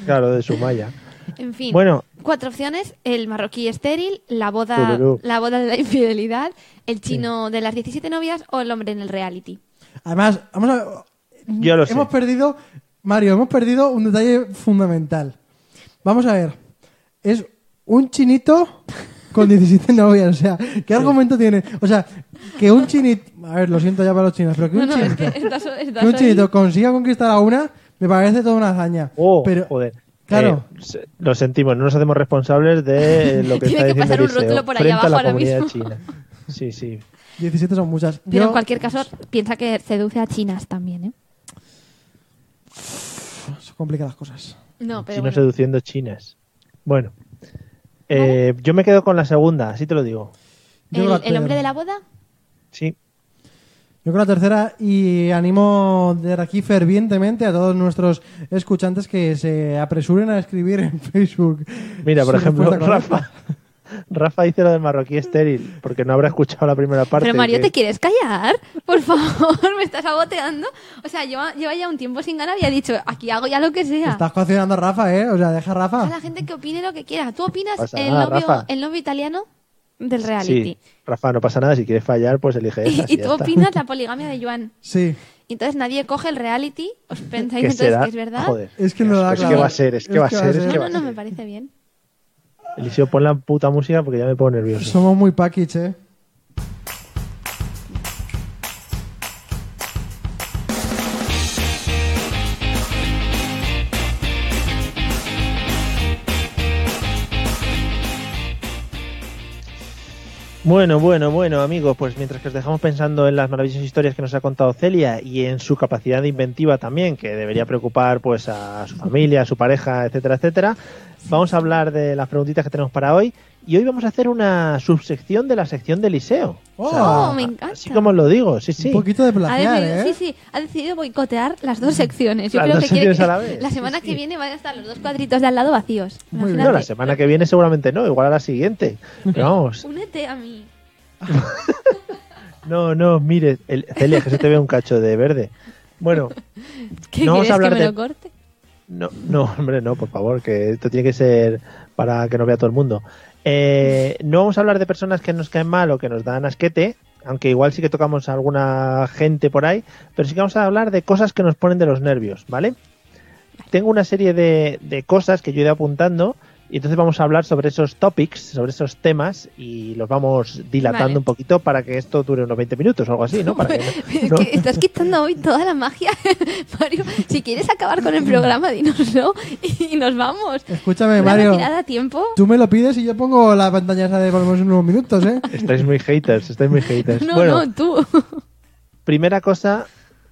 [SPEAKER 1] Claro, de Sumaya.
[SPEAKER 4] En fin.
[SPEAKER 1] Bueno.
[SPEAKER 4] Cuatro opciones: el marroquí estéril, la boda,
[SPEAKER 1] Tururú.
[SPEAKER 4] la boda de la infidelidad, el chino de las 17 novias o el hombre en el reality.
[SPEAKER 3] Además, vamos a...
[SPEAKER 1] Yo lo sé.
[SPEAKER 3] hemos perdido, Mario, hemos perdido un detalle fundamental. Vamos a ver. Es un chinito con 17 novias. O sea, ¿qué argumento tiene? O sea, que un chinito... A ver, lo siento ya para los chinos, pero que
[SPEAKER 4] No,
[SPEAKER 3] un
[SPEAKER 4] no, es
[SPEAKER 3] chinito,
[SPEAKER 4] que estás- estás
[SPEAKER 3] que un
[SPEAKER 4] ahí.
[SPEAKER 3] chinito consiga conquistar a una me parece toda una hazaña.
[SPEAKER 1] Oh,
[SPEAKER 3] pero,
[SPEAKER 1] joder.
[SPEAKER 3] Claro.
[SPEAKER 1] Eh, se- lo sentimos, no nos hacemos responsables de lo que
[SPEAKER 4] Tiene
[SPEAKER 1] está
[SPEAKER 4] que
[SPEAKER 1] diciendo
[SPEAKER 4] pasar un
[SPEAKER 1] Eliseo,
[SPEAKER 4] rótulo por ahí
[SPEAKER 1] frente a la
[SPEAKER 4] abajo ahora
[SPEAKER 1] comunidad
[SPEAKER 4] mismo.
[SPEAKER 1] china. Sí, sí.
[SPEAKER 3] 17 son muchas.
[SPEAKER 4] Pero
[SPEAKER 3] Yo-
[SPEAKER 4] en cualquier caso, piensa que seduce a chinas también, ¿eh?
[SPEAKER 3] Eso complica las cosas.
[SPEAKER 4] No, pero
[SPEAKER 1] Chinos seduciendo chinas. Bueno, eh, yo me quedo con la segunda, así te lo digo.
[SPEAKER 3] Yo
[SPEAKER 4] ¿El,
[SPEAKER 3] creo que-
[SPEAKER 4] el hombre de la boda?
[SPEAKER 1] Sí,
[SPEAKER 3] Yo con la tercera y animo desde aquí fervientemente a todos nuestros escuchantes que se apresuren a escribir en Facebook.
[SPEAKER 1] mira, por
[SPEAKER 3] su
[SPEAKER 1] ejemplo,
[SPEAKER 3] respuesta correcta.
[SPEAKER 1] Rafa. Rafa dice lo del marroquí estéril, porque no habrá escuchado la primera parte.
[SPEAKER 4] Pero Mario,
[SPEAKER 1] que-
[SPEAKER 4] ¿te quieres callar? Por favor, me estás saboteando. O sea, yo lleva ya un tiempo sin ganar y he dicho, aquí hago ya lo que sea.
[SPEAKER 3] Estás cocinando a Rafa, ¿eh? O sea, deja a
[SPEAKER 4] A
[SPEAKER 3] Rafa.
[SPEAKER 4] la gente que opine lo que quiera. ¿Tú opinas
[SPEAKER 1] Pasa
[SPEAKER 4] el,
[SPEAKER 1] nada,
[SPEAKER 4] novio,
[SPEAKER 1] Rafa.
[SPEAKER 4] el novio italiano del
[SPEAKER 1] Sí,
[SPEAKER 4] reality?
[SPEAKER 1] Rafa, no pasa nada, si quieres fallar, pues elige esa.
[SPEAKER 4] y, y tú opinas la poligamia de Joan.
[SPEAKER 3] Sí.
[SPEAKER 4] Y Entonces nadie coge el reality, os pensáis
[SPEAKER 1] que
[SPEAKER 4] entonces
[SPEAKER 1] será?
[SPEAKER 4] que es verdad.
[SPEAKER 1] Joder,
[SPEAKER 3] Es que no lo da
[SPEAKER 1] es que
[SPEAKER 3] claro.
[SPEAKER 1] va a ser, es que va a ser, es
[SPEAKER 4] no,
[SPEAKER 1] que va
[SPEAKER 4] no,
[SPEAKER 1] a
[SPEAKER 4] no,
[SPEAKER 1] ser.
[SPEAKER 4] me parece bien.
[SPEAKER 1] Eliseo, pon la puta música porque ya me pongo nervioso.
[SPEAKER 3] Somos muy package, ¿eh?
[SPEAKER 1] Bueno, bueno, bueno, amigos, pues mientras que os dejamos pensando en las maravillosas historias que nos ha contado Celia y en su capacidad inventiva también, que debería preocupar pues a su familia, a su pareja, etcétera, etcétera, vamos a hablar de las preguntitas que tenemos para hoy y hoy vamos a hacer una subsección de la sección de Eliseo.
[SPEAKER 3] Oh,
[SPEAKER 4] me encanta.
[SPEAKER 1] Así como os lo digo, sí, sí.
[SPEAKER 3] Un poquito de
[SPEAKER 4] Ha
[SPEAKER 3] plagiar,
[SPEAKER 4] decidido,
[SPEAKER 3] ¿eh?
[SPEAKER 4] sí, sí, ha decidido boicotear las dos secciones. Yo
[SPEAKER 1] Las
[SPEAKER 4] creo
[SPEAKER 1] dos
[SPEAKER 4] que quiere
[SPEAKER 1] secciones
[SPEAKER 4] que
[SPEAKER 1] a la vez, sí,
[SPEAKER 4] semana que
[SPEAKER 1] sí.
[SPEAKER 4] viene van a estar los dos cuadritos de al lado vacíos.
[SPEAKER 3] Muy
[SPEAKER 1] No,
[SPEAKER 3] bien.
[SPEAKER 1] la
[SPEAKER 4] Imagínate.
[SPEAKER 1] semana que viene seguramente no, igual a la siguiente. Pero vamos,
[SPEAKER 4] Únete a mí.
[SPEAKER 1] no, no, mire, el- Celia, que se te ve un cacho de verde. Bueno,
[SPEAKER 4] ¿Qué
[SPEAKER 1] No vamos
[SPEAKER 4] quieres
[SPEAKER 1] a hablar
[SPEAKER 4] que me
[SPEAKER 1] de-
[SPEAKER 4] lo corte?
[SPEAKER 1] No, no, hombre, no, por favor, que esto tiene que ser para que nos vea todo el mundo. Eh, no vamos a hablar de personas que nos caen mal o que nos dan asquete, aunque igual sí que tocamos a alguna gente por ahí, pero sí que vamos a hablar de cosas que nos ponen de los nervios, ¿vale? Tengo una serie de, de cosas que yo he ido apuntando y entonces vamos a hablar sobre esos topics, sobre esos temas y los vamos dilatando
[SPEAKER 4] Vale.
[SPEAKER 1] un poquito para que esto dure unos 20 minutos o algo así, ¿no? Para que
[SPEAKER 4] Es
[SPEAKER 1] no-
[SPEAKER 4] que estás quitando hoy toda la magia, Mario. Si quieres acabar con el programa, dínoslo y nos vamos.
[SPEAKER 1] Eh,
[SPEAKER 3] Escúchame,
[SPEAKER 4] Una
[SPEAKER 3] Mario.
[SPEAKER 4] retirada a tiempo.
[SPEAKER 3] Tú me lo pides y yo pongo la pantalla esa de por lo menos unos minutos, ¿eh?
[SPEAKER 1] Estáis muy haters, estáis muy haters.
[SPEAKER 4] No,
[SPEAKER 1] Pues, bueno,
[SPEAKER 4] no, tú.
[SPEAKER 1] primera cosa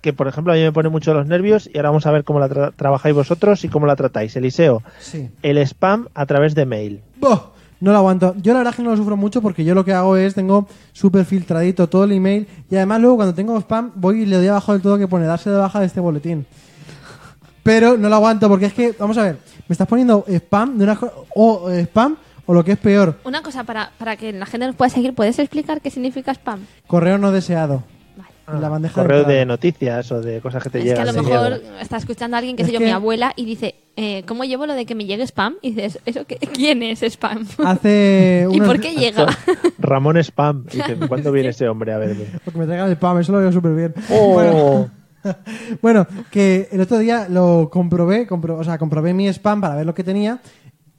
[SPEAKER 1] que, por ejemplo, a mí me pone mucho los nervios y ahora vamos a ver cómo la tra- trabajáis vosotros y cómo la tratáis. Eliseo,
[SPEAKER 3] Sí.
[SPEAKER 1] el spam a través de mail.
[SPEAKER 3] Boh, No lo aguanto. Yo la verdad es que no lo sufro mucho porque yo lo que hago es tengo súper filtradito todo el email y además luego cuando tengo spam voy y le doy abajo del todo que pone darse de baja de este boletín. Pero no lo aguanto porque es que, vamos a ver, me estás poniendo spam de una co- o eh, spam o lo que es peor,
[SPEAKER 4] Una cosa, para, para que la gente nos pueda seguir, ¿puedes explicar qué significa spam?
[SPEAKER 3] correo no deseado.
[SPEAKER 4] Vale.
[SPEAKER 3] en la bandeja de
[SPEAKER 1] Correo de,
[SPEAKER 3] entrada.
[SPEAKER 1] noticias o de cosas que te
[SPEAKER 4] Es que
[SPEAKER 1] llegan.
[SPEAKER 4] a
[SPEAKER 1] de
[SPEAKER 4] lo mejor
[SPEAKER 1] mierda.
[SPEAKER 4] está escuchando a alguien, que
[SPEAKER 3] Es
[SPEAKER 4] sé yo,
[SPEAKER 3] que-
[SPEAKER 4] mi abuela, y dice, eh, ¿cómo llevo lo de que me llegue spam? Y dices, ¿eso qué? ¿quién es spam?
[SPEAKER 3] Hace
[SPEAKER 4] ¿Y
[SPEAKER 3] unos
[SPEAKER 4] por qué
[SPEAKER 3] di-
[SPEAKER 4] llega?
[SPEAKER 1] Ramón Spam. Dice, ¿Cuándo viene ese hombre a verme?
[SPEAKER 3] Porque me traigan el spam, eso lo veo súper bien.
[SPEAKER 1] Oh,
[SPEAKER 3] Bueno, que el otro día lo comprobé, compro- o sea, comprobé mi spam para ver lo que tenía.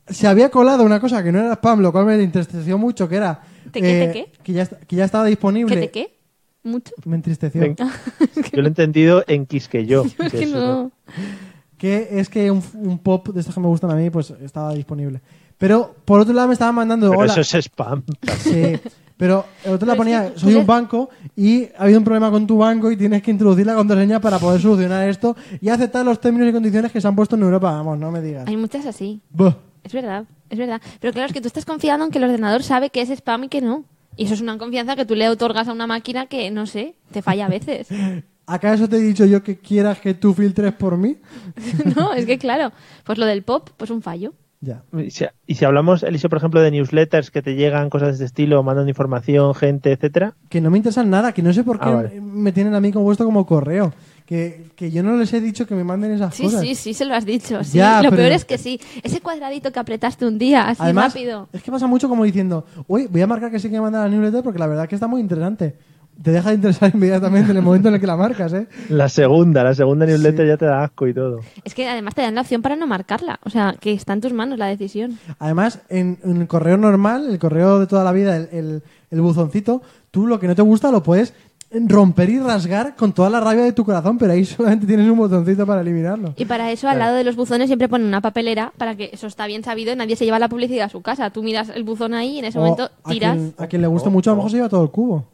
[SPEAKER 3] Se había colado una cosa que no era spam, lo cual me entristeció mucho, que era... eh,
[SPEAKER 4] ¿Te qué, te qué?
[SPEAKER 3] Que ya, est- que ya estaba disponible.
[SPEAKER 4] ¿Qué te qué? ¿Mucho?
[SPEAKER 3] Me entristeció.
[SPEAKER 1] ven. yo lo he entendido en Quisqueyó. que
[SPEAKER 4] Es que
[SPEAKER 1] es una-
[SPEAKER 4] no.
[SPEAKER 3] Que es que un, un pop de estos que me gustan a mí, pues estaba disponible. Pero por otro lado me estaban mandando...
[SPEAKER 1] Pero
[SPEAKER 3] "Hola".
[SPEAKER 1] eso es spam.
[SPEAKER 3] Sí, pero el otro la
[SPEAKER 4] Pero es
[SPEAKER 3] ponía,
[SPEAKER 4] que tú
[SPEAKER 3] soy
[SPEAKER 4] le-
[SPEAKER 3] un banco y ha habido un problema con tu banco y tienes que introducir la contraseña para poder solucionar esto y aceptar los términos y condiciones que se han puesto en Europa. Vamos, no me digas.
[SPEAKER 4] Hay muchas así.
[SPEAKER 3] Buh.
[SPEAKER 4] Es verdad, es verdad. Pero claro, es que tú estás confiando en que el ordenador sabe que es spam y que no. Y eso es una confianza que tú le otorgas a una máquina que, no sé, te falla a veces.
[SPEAKER 3] ¿Acaso te he dicho yo que quieras que tú filtres por mí?
[SPEAKER 4] no, es que claro, pues lo del pop, pues un fallo.
[SPEAKER 3] Ya.
[SPEAKER 1] Y si, y si hablamos, Eliseo, por ejemplo, de newsletters que te llegan cosas de este estilo, mandando información, gente, etcétera.
[SPEAKER 3] Que no me interesan nada, que no sé por qué
[SPEAKER 1] Ah, vale.
[SPEAKER 3] me tienen a mí como puesto como correo. Que, que yo no les he dicho que me manden esas
[SPEAKER 4] Sí,
[SPEAKER 3] cosas.
[SPEAKER 4] sí, sí, se lo has dicho. Sí.
[SPEAKER 3] Ya,
[SPEAKER 4] lo
[SPEAKER 3] pero-
[SPEAKER 4] peor es que sí. Ese cuadradito que apretaste un día, así
[SPEAKER 3] Además,
[SPEAKER 4] rápido.
[SPEAKER 3] es que pasa mucho como diciendo, oye, voy a marcar que sí que mandar la newsletter porque la verdad que está muy interesante. Te deja de interesar inmediatamente en el momento en el que la marcas, ¿eh?
[SPEAKER 1] La segunda, la segunda newsletter ya te da asco y todo.
[SPEAKER 4] Es que además te dan la opción para no marcarla. O sea, que está en tus manos la decisión.
[SPEAKER 3] Además, en, en el correo normal, el correo de toda la vida, el, el- el buzoncito, tú lo que no te gusta lo puedes romper y rasgar con toda la rabia de tu corazón, pero ahí solamente tienes un botoncito para eliminarlo.
[SPEAKER 4] Y para eso, al lado de los buzones siempre ponen una papelera para que eso está bien sabido y nadie se lleva la publicidad a su casa. Tú miras el buzón ahí y en ese
[SPEAKER 3] O
[SPEAKER 4] momento
[SPEAKER 3] a
[SPEAKER 4] tiras.
[SPEAKER 3] quien, a quien le guste mucho, a lo mejor se lleva todo el cubo.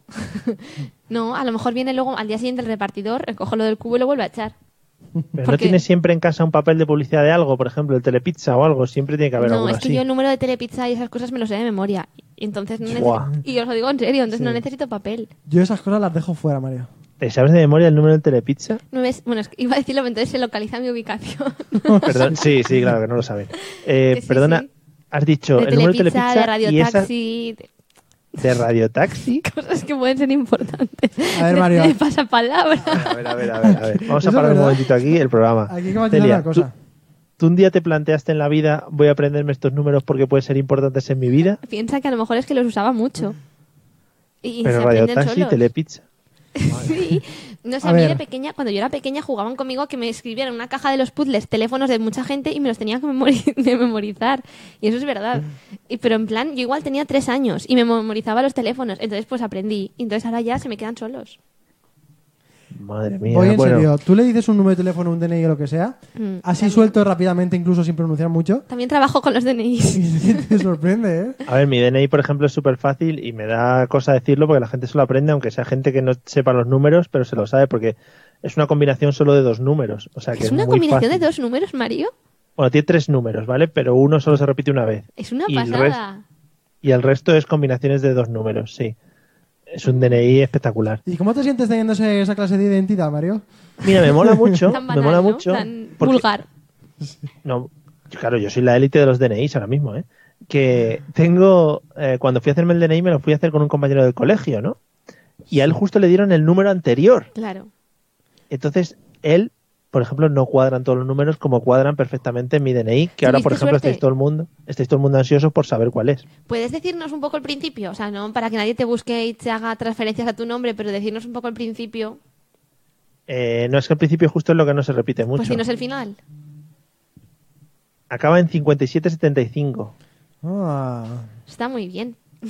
[SPEAKER 4] No, a lo mejor viene luego al día siguiente el repartidor, recoge lo del cubo y lo vuelve a echar.
[SPEAKER 1] Pero
[SPEAKER 4] ¿Por
[SPEAKER 1] no
[SPEAKER 4] qué?
[SPEAKER 1] tienes siempre en casa un papel de publicidad de algo, por ejemplo, el telepizza o algo, siempre tiene que haber
[SPEAKER 4] no,
[SPEAKER 1] alguno
[SPEAKER 4] es que
[SPEAKER 1] así.
[SPEAKER 4] yo el número de telepizza y esas cosas me lo sé de memoria. Y entonces no
[SPEAKER 1] Buah.
[SPEAKER 4] necesito. Y os lo digo en serio, entonces no necesito papel.
[SPEAKER 3] Yo esas cosas las dejo fuera, María.
[SPEAKER 1] ¿Te sabes de memoria el número del telepizza?
[SPEAKER 4] No es- bueno, es que iba a decirlo, pero entonces se localiza mi ubicación.
[SPEAKER 1] Perdón, sí, sí, claro, que no lo saben. Eh,
[SPEAKER 4] Que sí,
[SPEAKER 1] perdona,
[SPEAKER 4] sí.
[SPEAKER 1] has dicho
[SPEAKER 4] de
[SPEAKER 1] el número de
[SPEAKER 4] telepizza,
[SPEAKER 1] telepizza
[SPEAKER 4] de radio
[SPEAKER 1] y esa-
[SPEAKER 4] taxi, de
[SPEAKER 1] de radio taxi.
[SPEAKER 4] cosas que pueden ser importantes.
[SPEAKER 3] A ver,
[SPEAKER 4] De-
[SPEAKER 3] Mario.
[SPEAKER 4] De, pasapalabra.
[SPEAKER 1] A ver, a ver, a ver, a ver. Vamos a
[SPEAKER 3] Eso
[SPEAKER 1] parar
[SPEAKER 3] es
[SPEAKER 1] un
[SPEAKER 3] verdad.
[SPEAKER 1] momentito aquí el programa.
[SPEAKER 3] Aquí hay que matizar
[SPEAKER 1] Celia,
[SPEAKER 3] una cosa.
[SPEAKER 1] ¿tú, tú un día te planteaste en la vida, voy a aprenderme estos números porque pueden ser importantes en mi vida?
[SPEAKER 4] Piensa que a lo mejor es que los usaba mucho. Y
[SPEAKER 1] Pero
[SPEAKER 4] se
[SPEAKER 1] radio
[SPEAKER 4] aprenden
[SPEAKER 1] taxi,
[SPEAKER 4] solos.
[SPEAKER 1] telepizza.
[SPEAKER 4] Sí. No sé,
[SPEAKER 3] A
[SPEAKER 4] a, mí
[SPEAKER 3] ver.
[SPEAKER 4] de pequeña, cuando yo era pequeña, jugaban conmigo a que me escribieran una caja de los puzzles, teléfonos de mucha gente y me los tenía que memori- de memorizar. Y eso es verdad. Y, pero en plan, yo igual tenía tres años y me memorizaba los teléfonos. Entonces, pues aprendí. Y Entonces ahora ya se me quedan solos.
[SPEAKER 1] Madre mía.
[SPEAKER 3] Voy en
[SPEAKER 1] bueno,
[SPEAKER 3] serio. Tú le dices un número de teléfono, un DNI o lo que sea,
[SPEAKER 4] Mm,
[SPEAKER 3] así suelto rápidamente, incluso sin pronunciar mucho,
[SPEAKER 4] También trabajo con los DNIs.
[SPEAKER 3] y te sorprende, ¿eh?
[SPEAKER 1] A ver, mi DNI, por ejemplo, es súper fácil y me da cosa decirlo porque la gente se lo aprende, aunque sea gente que no sepa los números, pero se lo sabe porque es una combinación solo de dos números. O sea, que
[SPEAKER 4] ¿Es una
[SPEAKER 1] muy
[SPEAKER 4] combinación
[SPEAKER 1] fácil.
[SPEAKER 4] de dos números, Mario?
[SPEAKER 1] Bueno, tiene tres números, ¿vale? Pero uno solo se repite una vez.
[SPEAKER 4] Es una
[SPEAKER 1] Y el
[SPEAKER 4] pasada.
[SPEAKER 1] Y el resto es combinaciones de dos números, sí. Es un DNI espectacular.
[SPEAKER 3] ¿Y cómo te sientes teniendo ese- esa clase de identidad, Mario?
[SPEAKER 1] Mira, me mola mucho.
[SPEAKER 4] Tan
[SPEAKER 1] me
[SPEAKER 4] banal,
[SPEAKER 1] mola
[SPEAKER 4] ¿no?
[SPEAKER 1] mucho.
[SPEAKER 4] Tan
[SPEAKER 1] porque-
[SPEAKER 4] vulgar.
[SPEAKER 1] No, yo, claro, yo soy la élite de los DNIs ahora mismo, ¿eh? Que tengo. eh, cuando fui a hacerme el DNI, me lo fui a hacer con un compañero del colegio, ¿no? Y a él justo le dieron el número anterior.
[SPEAKER 4] Claro.
[SPEAKER 1] Entonces, él, por ejemplo, no cuadran todos los números como cuadran perfectamente en mi DNI, que ahora, por
[SPEAKER 4] Tuviste
[SPEAKER 1] ejemplo,
[SPEAKER 4] suerte.
[SPEAKER 1] estáis todo el mundo, estáis todo el mundo ansiosos por saber cuál es.
[SPEAKER 4] ¿Puedes decirnos un poco el principio? O sea, no para que nadie te busque y te haga transferencias a tu nombre, pero decirnos un poco el principio.
[SPEAKER 1] Eh, no es que al principio justo es lo que no se repite mucho.
[SPEAKER 4] Pues si no es el final.
[SPEAKER 1] Acaba en 5775.
[SPEAKER 3] Ah,
[SPEAKER 4] Está muy bien.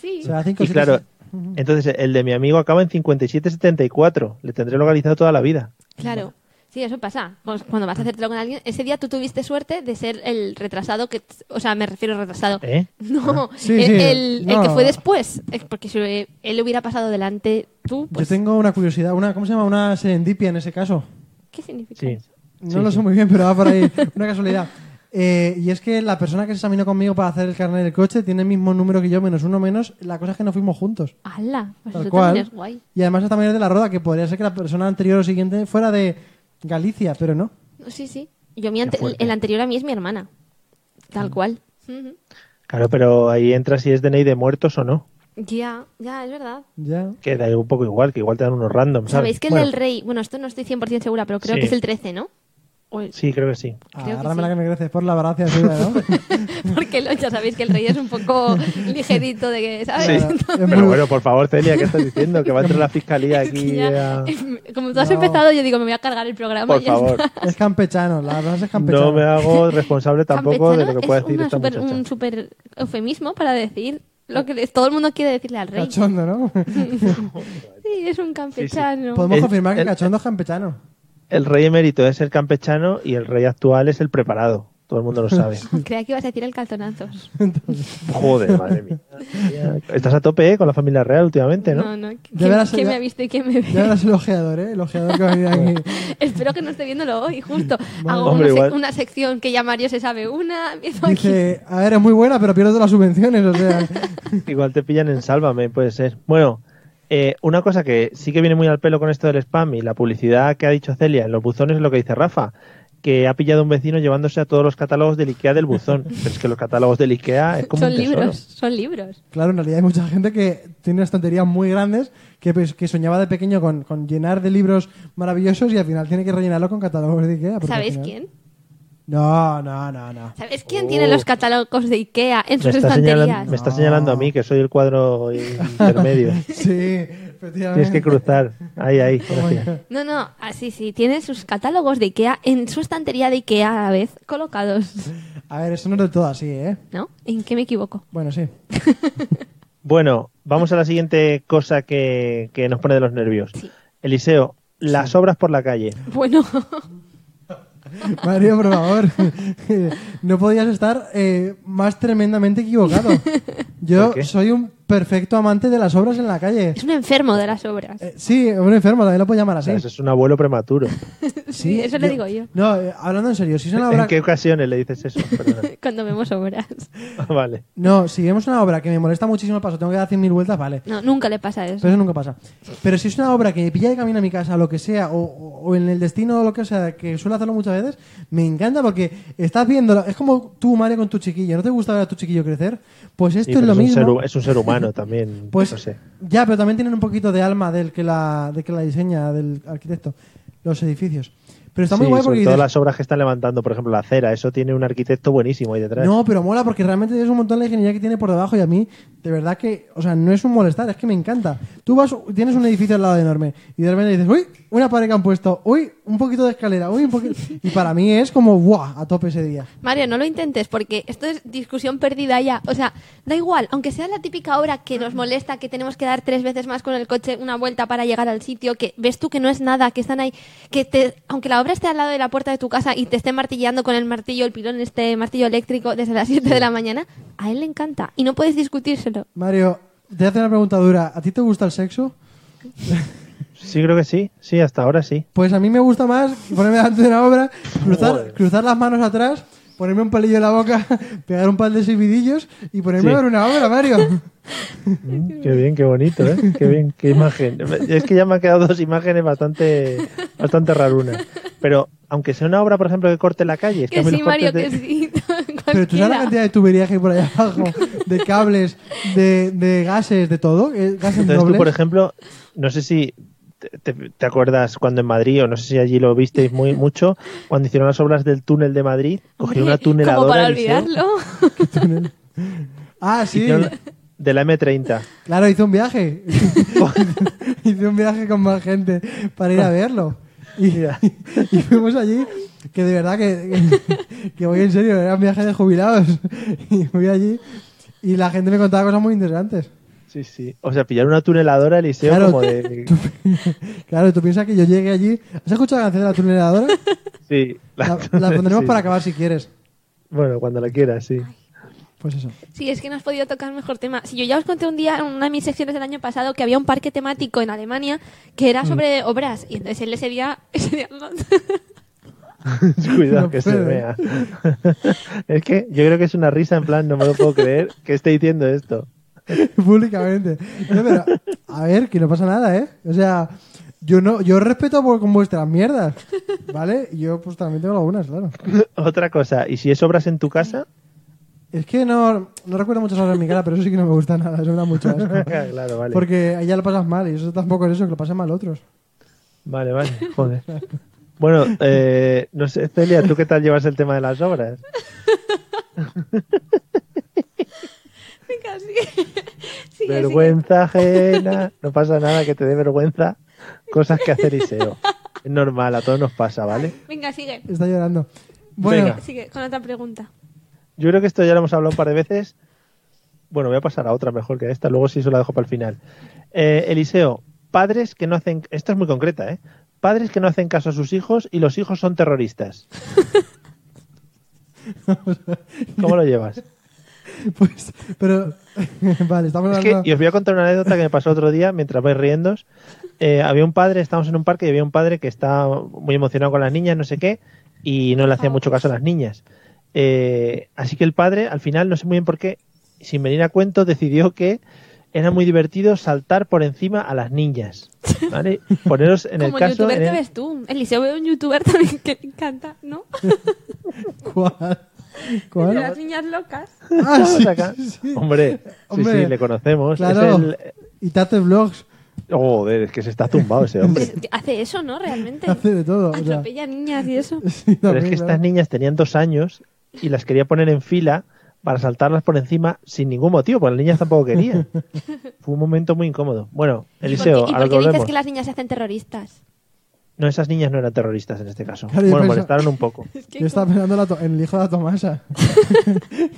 [SPEAKER 4] sí.
[SPEAKER 3] o sea, cinco,
[SPEAKER 1] Y
[SPEAKER 3] siete,
[SPEAKER 1] claro,
[SPEAKER 3] seis-
[SPEAKER 1] entonces el de mi amigo acaba en 5774. Le tendré localizado toda la vida.
[SPEAKER 4] Claro. Sí, eso pasa. Pues cuando vas a hacértelo con alguien, ese día tú tuviste suerte de ser el retrasado que, o sea, me refiero a retrasado.
[SPEAKER 1] ¿Eh?
[SPEAKER 4] No,
[SPEAKER 3] Ah. Sí,
[SPEAKER 4] el,
[SPEAKER 3] sí,
[SPEAKER 4] el- el que
[SPEAKER 3] no.
[SPEAKER 4] fue después, Es porque si eh, él hubiera pasado delante tú, pues
[SPEAKER 3] Yo tengo una curiosidad, una, ¿cómo se llama? Una serendipia en ese caso.
[SPEAKER 4] ¿qué significa?
[SPEAKER 1] Sí.
[SPEAKER 4] eso?
[SPEAKER 3] No lo sé muy bien, pero va por ahí. Una casualidad. Eh, y es que la persona que se examinó conmigo para hacer el carnet del coche tiene el mismo número que yo, menos uno menos. La cosa es que no fuimos juntos.
[SPEAKER 4] ¡Hala! Pues
[SPEAKER 3] Tal
[SPEAKER 4] eso
[SPEAKER 3] cual.
[SPEAKER 4] también es guay.
[SPEAKER 3] Y además también es de la roda, que podría ser que la persona anterior o siguiente fuera de Galicia, pero no.
[SPEAKER 4] No, Sí, sí. Yo mi ante- el,
[SPEAKER 1] fuerte.
[SPEAKER 4] anterior a mí es mi hermana.
[SPEAKER 3] Ah.
[SPEAKER 4] Tal cual. Ujú.
[SPEAKER 1] Claro, pero ahí entra si es DNI de muertos o no.
[SPEAKER 4] Ya, ya, es verdad.
[SPEAKER 3] Ya.
[SPEAKER 1] Que da un poco igual, que igual te dan unos random, ¿sabes?
[SPEAKER 4] ¿Sabéis que el
[SPEAKER 1] Bueno,
[SPEAKER 4] del rey, bueno, esto no estoy 100% segura, pero creo
[SPEAKER 1] Sí.
[SPEAKER 4] que es el 13, ¿no? O el-
[SPEAKER 1] Sí, Ah, creo que sí.
[SPEAKER 4] Creo que
[SPEAKER 3] Agárrame la
[SPEAKER 4] sí.
[SPEAKER 3] que me creces por la gracia suya, ¿no?
[SPEAKER 4] Porque lo- ya sabéis que el rey es un poco ligerito de que, ¿sabes?
[SPEAKER 1] Sí.
[SPEAKER 3] Claro.
[SPEAKER 1] Pero bueno, por favor, Celia, ¿qué estás diciendo? Que va a entrar la fiscalía aquí
[SPEAKER 4] Ya, em,
[SPEAKER 1] a-
[SPEAKER 4] Como tú has
[SPEAKER 3] No.
[SPEAKER 4] empezado, yo digo, me voy a cargar el programa.
[SPEAKER 1] Por
[SPEAKER 4] y ya
[SPEAKER 1] favor.
[SPEAKER 4] está.
[SPEAKER 3] Es campechano, la verdad es que es campechano.
[SPEAKER 1] No me hago responsable tampoco de lo
[SPEAKER 4] Campechano
[SPEAKER 1] que pueda
[SPEAKER 4] es
[SPEAKER 1] decir
[SPEAKER 4] una
[SPEAKER 1] esta
[SPEAKER 4] super-
[SPEAKER 1] muchacha.
[SPEAKER 4] un súper eufemismo para decir lo que todo el mundo quiere decirle al rey.
[SPEAKER 3] Cachondo, ¿no?
[SPEAKER 4] Sí, es un campechano.
[SPEAKER 3] Podemos
[SPEAKER 1] Es-
[SPEAKER 3] confirmar que
[SPEAKER 1] el-
[SPEAKER 3] cachondo es campechano.
[SPEAKER 1] El rey emérito es el campechano y el rey actual es el preparado. Todo el mundo lo sabe.
[SPEAKER 4] Creía que ibas a decir el calzonazos.
[SPEAKER 1] Joder, madre mía. Estás a tope, ¿eh? Con la familia real últimamente, ¿no?
[SPEAKER 4] No, no.
[SPEAKER 3] Ya
[SPEAKER 4] ¿Quién,
[SPEAKER 3] verás,
[SPEAKER 4] quién
[SPEAKER 3] ya-
[SPEAKER 4] me ha visto y quién me
[SPEAKER 3] Ya
[SPEAKER 4] ve?
[SPEAKER 3] verás el ojeador, ¿eh? El ojeador que va a venir aquí.
[SPEAKER 4] Espero que no esté viéndolo hoy, justo. Hago
[SPEAKER 1] Hombre,
[SPEAKER 4] una, sec-
[SPEAKER 1] igual.
[SPEAKER 4] una sección que ya Mario se sabe una. empiezo aquí.
[SPEAKER 3] Dice, a ver, es muy buena, pero pierdo todas las subvenciones, o sea.
[SPEAKER 1] Igual te pillan en Sálvame, puede ser. Bueno, eh, una cosa que sí que viene muy al pelo con esto del spam y la publicidad que ha dicho Celia en los buzones es lo que dice Rafa, que ha pillado un vecino llevándose a todos los catálogos del Ikea del buzón. Pero es que los catálogos del Ikea es como
[SPEAKER 4] Son
[SPEAKER 1] un tesoro.
[SPEAKER 4] libros, son libros.
[SPEAKER 3] Claro, en realidad hay mucha gente que tiene estanterías muy grandes que, pues, que soñaba de pequeño con, con llenar de libros maravillosos y al final tiene que rellenarlo con catálogos de Ikea. porque al
[SPEAKER 4] ¿Sabéis
[SPEAKER 3] final-
[SPEAKER 4] quién?
[SPEAKER 3] No, no, no, no.
[SPEAKER 4] ¿Sabes quién tiene los catálogos de Ikea en
[SPEAKER 1] Oh. Me
[SPEAKER 4] sus
[SPEAKER 1] está, señalan-
[SPEAKER 4] estanterías?
[SPEAKER 1] me está señalando a mí, que soy el cuadro intermedio.
[SPEAKER 3] Sí,
[SPEAKER 1] Tienes
[SPEAKER 3] efectivamente.
[SPEAKER 1] que cruzar. Ahí, ahí. Gracias.
[SPEAKER 4] No, no, así sí, tiene sus catálogos de Ikea en su estantería de Ikea a la vez colocados.
[SPEAKER 3] A ver, eso no es del todo así, ¿eh?
[SPEAKER 4] ¿No? ¿En qué me equivoco?
[SPEAKER 3] Bueno, sí.
[SPEAKER 1] Bueno, vamos a la siguiente cosa que, que nos pone de los nervios.
[SPEAKER 4] Sí.
[SPEAKER 1] Eliseo, las obras por la calle.
[SPEAKER 4] Bueno,
[SPEAKER 3] Mario, por favor. no podías estar eh, más tremendamente equivocado. Yo
[SPEAKER 1] ¿Por qué?
[SPEAKER 3] soy un perfecto amante de las obras en la calle.
[SPEAKER 4] es un enfermo de las obras.
[SPEAKER 3] Eh, sí, un enfermo, también lo puedo llamar
[SPEAKER 1] O
[SPEAKER 3] así.
[SPEAKER 1] sea, eso es un abuelo prematuro.
[SPEAKER 4] Sí, eso le digo yo.
[SPEAKER 3] No, eh, hablando en serio, si es una obra...
[SPEAKER 1] ¿En qué ocasiones le dices eso? Perdona. Ah,
[SPEAKER 4] Cuando vemos obras.
[SPEAKER 1] vale.
[SPEAKER 3] No, si vemos una obra que me molesta muchísimo el paso, tengo que dar 100.000 vueltas, vale.
[SPEAKER 4] No, nunca le pasa eso.
[SPEAKER 3] Pero eso nunca pasa. Pero si es una obra que me pilla de camino a mi casa, lo que sea, o, o en el destino, o lo que sea, que suelo hacerlo muchas veces, me encanta porque estás viendo, es como tú, Mario, con tu chiquillo, ¿no te gusta ver a tu chiquillo crecer? Pues esto
[SPEAKER 1] Sí,
[SPEAKER 3] es
[SPEAKER 1] pero
[SPEAKER 3] lo
[SPEAKER 1] es, un
[SPEAKER 3] mismo.
[SPEAKER 1] ser, hu- es un ser humano también.
[SPEAKER 3] Pues
[SPEAKER 1] no sé.
[SPEAKER 3] ya, pero también tienen un poquito de alma del que la, del que la diseña, del arquitecto, los edificios. Pero está muy
[SPEAKER 1] Sí,
[SPEAKER 3] guay
[SPEAKER 1] sobre
[SPEAKER 3] porque
[SPEAKER 1] todo
[SPEAKER 3] dices,
[SPEAKER 1] las obras que están levantando, por ejemplo, la acera. Eso tiene un arquitecto buenísimo ahí detrás.
[SPEAKER 3] No, pero mola porque realmente es un montón la ingeniería que tiene por debajo y a mí, de verdad que, o sea, no es un molestar, es que me encanta. Tú vas, tienes un edificio al lado de enorme y de repente dices, uy, una pared que han puesto, uy, un poquito de escalera, uy, un poquito. Y para mí es como, ¡buah! A tope ese día.
[SPEAKER 4] Mario, no lo intentes porque esto es discusión perdida ya. O sea, da igual, aunque sea la típica hora que nos molesta, que tenemos que dar tres veces más con el coche una vuelta para llegar al sitio, que ves tú que no es nada, que están ahí, que te, aunque la obra esté al lado de la puerta de tu casa y te esté martillando con el martillo, el pilón, este martillo eléctrico desde las 7 de la mañana, a él le encanta y no puedes discutírselo.
[SPEAKER 3] Mario, te hace una pregunta dura. ¿A ti te gusta el sexo?
[SPEAKER 1] Sí, creo que sí. Sí, hasta ahora sí.
[SPEAKER 3] Pues a mí me gusta más ponerme delante de una obra, cruzar, cruzar las manos atrás, ponerme un palillo en la boca, pegar un par de silbidillos y ponerme
[SPEAKER 1] Sí.
[SPEAKER 3] a ver una obra, Mario.
[SPEAKER 1] Mm, Qué bien, qué bonito, ¿eh? Qué bien, qué imagen. Es que ya me han quedado dos imágenes bastante, bastante rarunas. Pero aunque sea una obra, por ejemplo, que corte la calle, es que, a
[SPEAKER 4] Que
[SPEAKER 1] mí los
[SPEAKER 4] sí, Mario,
[SPEAKER 1] cortes
[SPEAKER 4] que
[SPEAKER 1] de-
[SPEAKER 4] sí.
[SPEAKER 3] Pero tú sabes la
[SPEAKER 4] Cualquiera.
[SPEAKER 3] cantidad de tuberías que hay por allá abajo, de cables, de, de gases, de todo, eh, gases
[SPEAKER 1] Entonces tú,
[SPEAKER 3] nobles.
[SPEAKER 1] por ejemplo, no sé si te, te- te acuerdas cuando en Madrid, o no sé si allí lo visteis muy mucho, cuando hicieron las obras del túnel de Madrid, cogieron una
[SPEAKER 4] Hombre, Como
[SPEAKER 1] tuneladora
[SPEAKER 4] para
[SPEAKER 1] Eliseo,
[SPEAKER 4] olvidarlo.
[SPEAKER 3] Ah, sí.
[SPEAKER 1] hicieron la- de la M30.
[SPEAKER 3] Claro, hice un viaje. hice un viaje con más gente para ir a verlo. Y, y fuimos allí, que de verdad que, que voy en serio, era un viaje de jubilados. Y fui allí y la gente me contaba cosas muy interesantes.
[SPEAKER 1] Sí, sí. O sea, pillaron una tuneladora Eliseo
[SPEAKER 3] Claro.
[SPEAKER 1] como de...
[SPEAKER 3] Claro, tú piensas que yo llegué allí. ¿Has escuchado la canción de la tuneladora?
[SPEAKER 1] Sí.
[SPEAKER 3] La, la pondremos
[SPEAKER 1] sí.
[SPEAKER 3] para acabar si quieres.
[SPEAKER 1] Bueno, cuando la quieras, sí.
[SPEAKER 3] Pues eso.
[SPEAKER 4] Sí, es que no has podido tocar mejor tema. Si yo ya os conté un día en una de mis secciones del año pasado que había un parque temático en Alemania que era sobre obras y entonces él ese día, ese día no-
[SPEAKER 1] Cuidado
[SPEAKER 3] No
[SPEAKER 1] que se
[SPEAKER 3] puedo.
[SPEAKER 1] vea. es que yo creo que es una risa en plan, no me lo puedo creer que esté diciendo esto.
[SPEAKER 3] públicamente. No, pero, a ver, que no pasa nada, ¿eh? O sea, yo no, yo respeto por, con vuestras mierdas, ¿vale? Y Yo pues también tengo algunas, claro.
[SPEAKER 1] Otra cosa, ¿y si es obras en tu casa?
[SPEAKER 3] Es que no, no recuerdo muchas horas en mi cara, pero eso sí que no me gusta nada, eso me da mucho asco.
[SPEAKER 1] claro, vale.
[SPEAKER 3] Porque ahí ya lo pasas mal y eso tampoco es eso, que lo pasen mal otros.
[SPEAKER 1] Vale, vale, joder. Bueno, eh, no sé, Celia, ¿tú qué tal llevas el tema de las obras?
[SPEAKER 4] Venga, sigue. Sigue, sigue.
[SPEAKER 1] vergüenza ajena, no pasa nada que te dé vergüenza. Cosas que hace Eliseo. Es normal, a todos nos pasa, ¿vale?
[SPEAKER 4] Venga, sigue.
[SPEAKER 3] Está llorando. Bueno,
[SPEAKER 1] Venga.
[SPEAKER 4] Sigue con otra pregunta.
[SPEAKER 1] Yo creo que esto ya lo hemos hablado un par de veces. Bueno, voy a pasar a otra mejor que a esta, luego si eso la dejo para el final. Eh, Eliseo, padres que no hacen. Esta es muy concreta, ¿eh? Padres que no hacen caso a sus hijos y los hijos son terroristas. ¿Cómo lo llevas?
[SPEAKER 3] pues, pero, vale, estamos
[SPEAKER 1] Es que,
[SPEAKER 3] hablando...
[SPEAKER 1] y os voy a contar una anécdota que me pasó otro día mientras vais riendos. Eh, había un padre, estábamos en un parque y había un padre que estaba muy emocionado con las niñas, no sé qué, y no le
[SPEAKER 3] Ah,
[SPEAKER 1] hacía mucho
[SPEAKER 3] pues
[SPEAKER 1] caso a las niñas. Eh, así que el padre, al final, no sé muy bien por qué, sin venir a cuento, decidió que era muy divertido saltar por encima a las niñas. ¿Vale? Poneros en el
[SPEAKER 4] Como
[SPEAKER 1] caso.
[SPEAKER 4] youtuber
[SPEAKER 1] en
[SPEAKER 4] que
[SPEAKER 1] el-
[SPEAKER 4] ves tú. Eliseo veo un youtuber también que le encanta, ¿no?
[SPEAKER 3] ¿Cuál?
[SPEAKER 4] De
[SPEAKER 3] ¿Cuál?
[SPEAKER 4] las niñas locas.
[SPEAKER 3] Ah, sí,
[SPEAKER 1] Vamos acá.
[SPEAKER 3] sí, sí.
[SPEAKER 1] Hombre, sí,
[SPEAKER 3] Hombre,
[SPEAKER 1] sí, le conocemos.
[SPEAKER 3] claro.
[SPEAKER 1] Es el...
[SPEAKER 3] Y Tate Vlogs
[SPEAKER 1] Joder, es que se está tumbado ese hombre.
[SPEAKER 4] Es que Hace eso, ¿no? Realmente.
[SPEAKER 3] hace de todo. o sea,
[SPEAKER 4] Atropella niñas y eso.
[SPEAKER 3] sí,
[SPEAKER 1] Pero es
[SPEAKER 3] también,
[SPEAKER 1] que
[SPEAKER 3] claro.
[SPEAKER 1] estas niñas tenían dos años y las quería poner en fila para saltarlas por encima sin ningún motivo, porque las niñas tampoco querían. Fue un momento muy incómodo. Bueno,
[SPEAKER 4] ¿Y por
[SPEAKER 1] Eliseo,
[SPEAKER 4] qué- ¿Y
[SPEAKER 1] a lo que
[SPEAKER 4] por qué dices
[SPEAKER 1] volvemos.
[SPEAKER 4] que las niñas se hacen terroristas?
[SPEAKER 1] No, esas niñas no eran terroristas en este caso.
[SPEAKER 3] Claro, yo
[SPEAKER 1] bueno,
[SPEAKER 3] pensaba-
[SPEAKER 1] molestaron un poco.
[SPEAKER 3] Yo estaba pensando en la to- en el hijo de la Tomasa.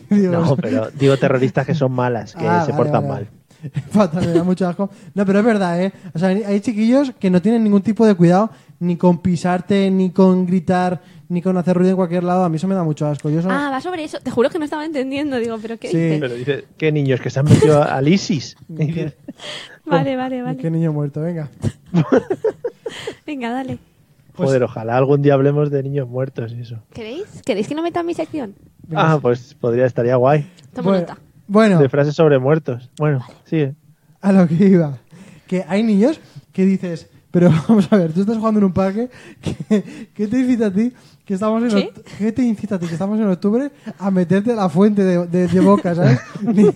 [SPEAKER 3] Digo,
[SPEAKER 1] No, pero digo terroristas que son malas, que
[SPEAKER 3] ah,
[SPEAKER 1] se
[SPEAKER 3] vale,
[SPEAKER 1] portan
[SPEAKER 3] vale, vale.
[SPEAKER 1] mal.
[SPEAKER 3] Fatal, me da mucho asco. No, pero es verdad, ¿eh? O sea, hay chiquillos que no tienen ningún tipo de cuidado ni con pisarte, ni con gritar, ni con hacer ruido en cualquier lado. A mí eso me da mucho asco. Yo eso-
[SPEAKER 4] Ah, va sobre eso. Te juro que no estaba entendiendo. Digo, ¿pero qué
[SPEAKER 3] Sí.
[SPEAKER 4] dices?
[SPEAKER 1] Pero dice, ¿qué niños que se han metido a- al ISIS? Dice,
[SPEAKER 4] Vale, vale, vale.
[SPEAKER 3] Qué niño muerto, venga.
[SPEAKER 4] Venga, dale.
[SPEAKER 3] Pues
[SPEAKER 1] Joder, ojalá algún día hablemos de niños muertos y eso.
[SPEAKER 4] ¿Queréis? ¿Queréis que no meta mi sección?
[SPEAKER 1] Ah, pues podría, estaría guay.
[SPEAKER 4] Toma
[SPEAKER 3] bueno,
[SPEAKER 4] nota.
[SPEAKER 3] bueno,
[SPEAKER 1] De frases sobre muertos. Bueno, sigue.
[SPEAKER 3] a lo que iba. Que hay niños que dices, pero vamos a ver, tú estás jugando en un parque, que- ¿qué te incita a ti? Que estamos en
[SPEAKER 4] ¿Qué?
[SPEAKER 3] oct- ¿Qué te incita a ti? Que estamos en octubre a meterte a la fuente de, de- de boca, ¿sabes? Ni-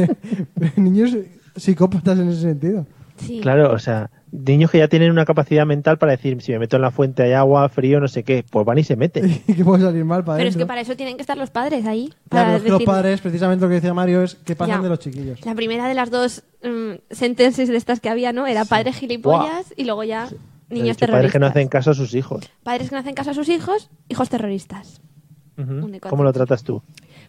[SPEAKER 3] niños psicópatas en ese sentido.
[SPEAKER 4] Sí.
[SPEAKER 1] Claro, o sea, niños que ya tienen una capacidad mental para decir, si me meto en la fuente hay agua, frío, no sé qué, pues van y se meten.
[SPEAKER 3] Y que puede salir mal para
[SPEAKER 4] Pero es que
[SPEAKER 3] adentro.
[SPEAKER 4] para eso tienen que estar los padres ahí.
[SPEAKER 3] Claro,
[SPEAKER 4] Para
[SPEAKER 3] pero es que los
[SPEAKER 4] decir-
[SPEAKER 3] padres, precisamente lo que decía Mario, es que pasan
[SPEAKER 4] Ya.
[SPEAKER 3] de los chiquillos.
[SPEAKER 4] La primera de las dos mm, sentencias de estas que había, ¿no? Era padres gilipollas y luego ya
[SPEAKER 1] He dicho, padres
[SPEAKER 4] niños terroristas.
[SPEAKER 1] que no hacen caso a sus hijos.
[SPEAKER 4] Padres que no hacen caso a sus hijos, hijos terroristas.
[SPEAKER 1] Ujú.
[SPEAKER 4] Un de cuatro.
[SPEAKER 1] ¿Cómo lo tratas tú?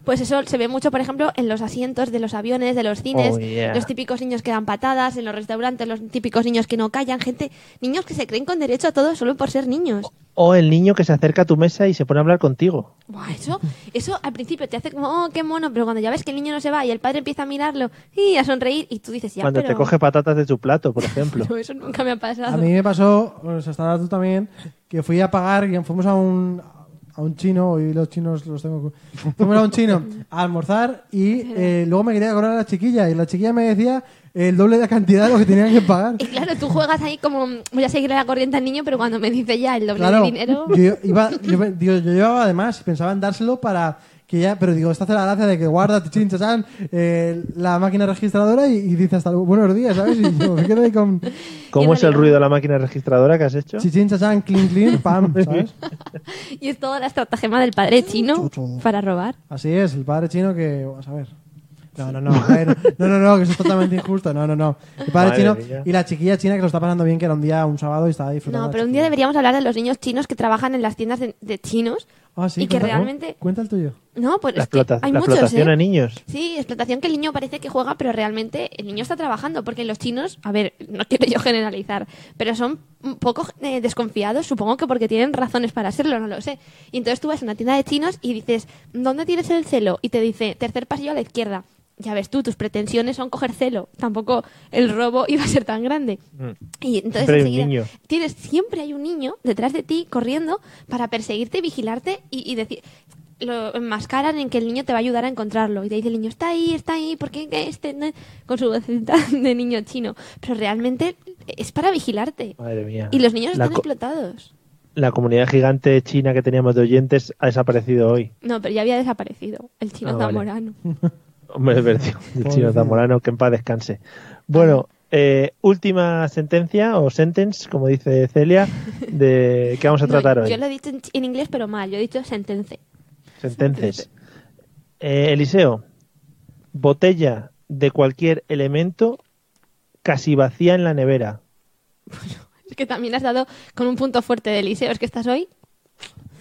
[SPEAKER 4] Pues eso se ve mucho, por ejemplo, en los asientos de los aviones, de los cines,
[SPEAKER 1] Oh, yeah.
[SPEAKER 4] los típicos niños que dan patadas, en los restaurantes, los típicos niños que no callan, gente, niños que se creen con derecho a todo solo por ser niños.
[SPEAKER 1] O el niño que se acerca a tu mesa y se pone a hablar contigo.
[SPEAKER 4] Buah, eso, eso al principio te hace como, oh, qué mono, pero cuando ya ves que el niño no se va y el padre empieza a mirarlo y a sonreír y tú dices, ya,
[SPEAKER 1] cuando
[SPEAKER 4] pero...
[SPEAKER 1] te coge patatas de tu plato, por ejemplo.
[SPEAKER 4] No, eso nunca me ha pasado.
[SPEAKER 3] A mí me pasó, o sea, estará tú también, que fui a pagar y fuimos a un, a un chino, y los chinos los tengo. cu- Fuimos a un chino a almorzar y eh, luego me quería cobrar a la chiquilla y la chiquilla me decía el doble de la cantidad de lo que tenían que pagar.
[SPEAKER 4] Y claro, tú juegas ahí como, mm, voy a seguir la corriente al niño, pero cuando me dice ya el doble
[SPEAKER 3] Claro,
[SPEAKER 4] de dinero...
[SPEAKER 3] yo, iba, yo, me- digo, yo llevaba además y pensaba en dárselo para que ya, pero digo, esta hace la gracia de que guarda chin, chachán, eh, la máquina registradora y, y dice hasta luego, buenos días, ¿sabes? Y yo me quedo ahí con
[SPEAKER 1] ¿Cómo
[SPEAKER 4] en
[SPEAKER 1] es el
[SPEAKER 4] realidad-
[SPEAKER 1] ruido de la máquina registradora que has hecho?
[SPEAKER 3] chichín, chachán, clean, clean, pam, ¿sabes?
[SPEAKER 4] Y es toda la estratagema del padre chino
[SPEAKER 3] Chuchu.
[SPEAKER 4] para robar.
[SPEAKER 3] Así es, el padre chino que. Vamos a ver. No, no, no, a ver, no, no, no, que eso es totalmente injusto. No, no, no. El padre
[SPEAKER 1] Madre
[SPEAKER 3] chino
[SPEAKER 1] mía.
[SPEAKER 3] y la chiquilla china que lo está pasando bien, que era un día, un sábado y estaba disfrutando.
[SPEAKER 4] No,
[SPEAKER 3] la
[SPEAKER 4] pero un día
[SPEAKER 3] chiquilla.
[SPEAKER 4] deberíamos hablar de los niños chinos que trabajan en las tiendas de, de chinos
[SPEAKER 3] Ah, sí,
[SPEAKER 4] y que
[SPEAKER 3] cuenta-
[SPEAKER 4] realmente...
[SPEAKER 3] Cuenta el tuyo.
[SPEAKER 4] No, pues
[SPEAKER 1] La,
[SPEAKER 4] es que
[SPEAKER 1] explota-
[SPEAKER 4] hay
[SPEAKER 1] la
[SPEAKER 4] muchos,
[SPEAKER 1] explotación
[SPEAKER 4] ¿eh?
[SPEAKER 1] a niños.
[SPEAKER 4] Sí, explotación que el niño parece que juega, pero realmente el niño está trabajando, porque los chinos, a ver, no quiero yo generalizar, pero son un poco eh, desconfiados, supongo que porque tienen razones para serlo, no lo sé. Y entonces tú vas a una tienda de chinos y dices, ¿dónde tienes el celo? Y te dice, tercer pasillo a la izquierda. Ya ves tú, tus pretensiones son coger celo. Tampoco el robo iba a ser tan grande. Y
[SPEAKER 1] Mm.
[SPEAKER 4] entonces
[SPEAKER 1] Siempre hay un
[SPEAKER 4] enseguida
[SPEAKER 1] niño.
[SPEAKER 4] tienes, siempre hay un niño detrás de ti corriendo para perseguirte, vigilarte y, y decir lo enmascaran en que el niño te va a ayudar a encontrarlo y te dice el niño está ahí, está ahí, porque este no?" con su vocecita de niño chino, pero realmente es para vigilarte.
[SPEAKER 1] Madre mía.
[SPEAKER 4] Y los niños
[SPEAKER 1] la,
[SPEAKER 4] están
[SPEAKER 1] co-
[SPEAKER 4] explotados.
[SPEAKER 1] la comunidad gigante china que teníamos de oyentes ha desaparecido hoy.
[SPEAKER 4] No, pero ya había desaparecido el chino
[SPEAKER 1] Ah, vale.
[SPEAKER 4] zamorano.
[SPEAKER 1] Hombre, es verdad, el
[SPEAKER 3] Pobrecillo.
[SPEAKER 1] chino zamorano, que en paz descanse. Bueno, eh, última sentencia, o sentence, como dice Celia, de que vamos a
[SPEAKER 4] No,
[SPEAKER 1] tratar hoy.
[SPEAKER 4] yo lo he dicho en, chi- en inglés pero mal, yo he dicho sentence.
[SPEAKER 1] Sentences. Eh, Eliseo, botella de cualquier elemento casi vacía en la nevera.
[SPEAKER 4] Es que también has dado con un punto fuerte de Eliseo, es que estás hoy.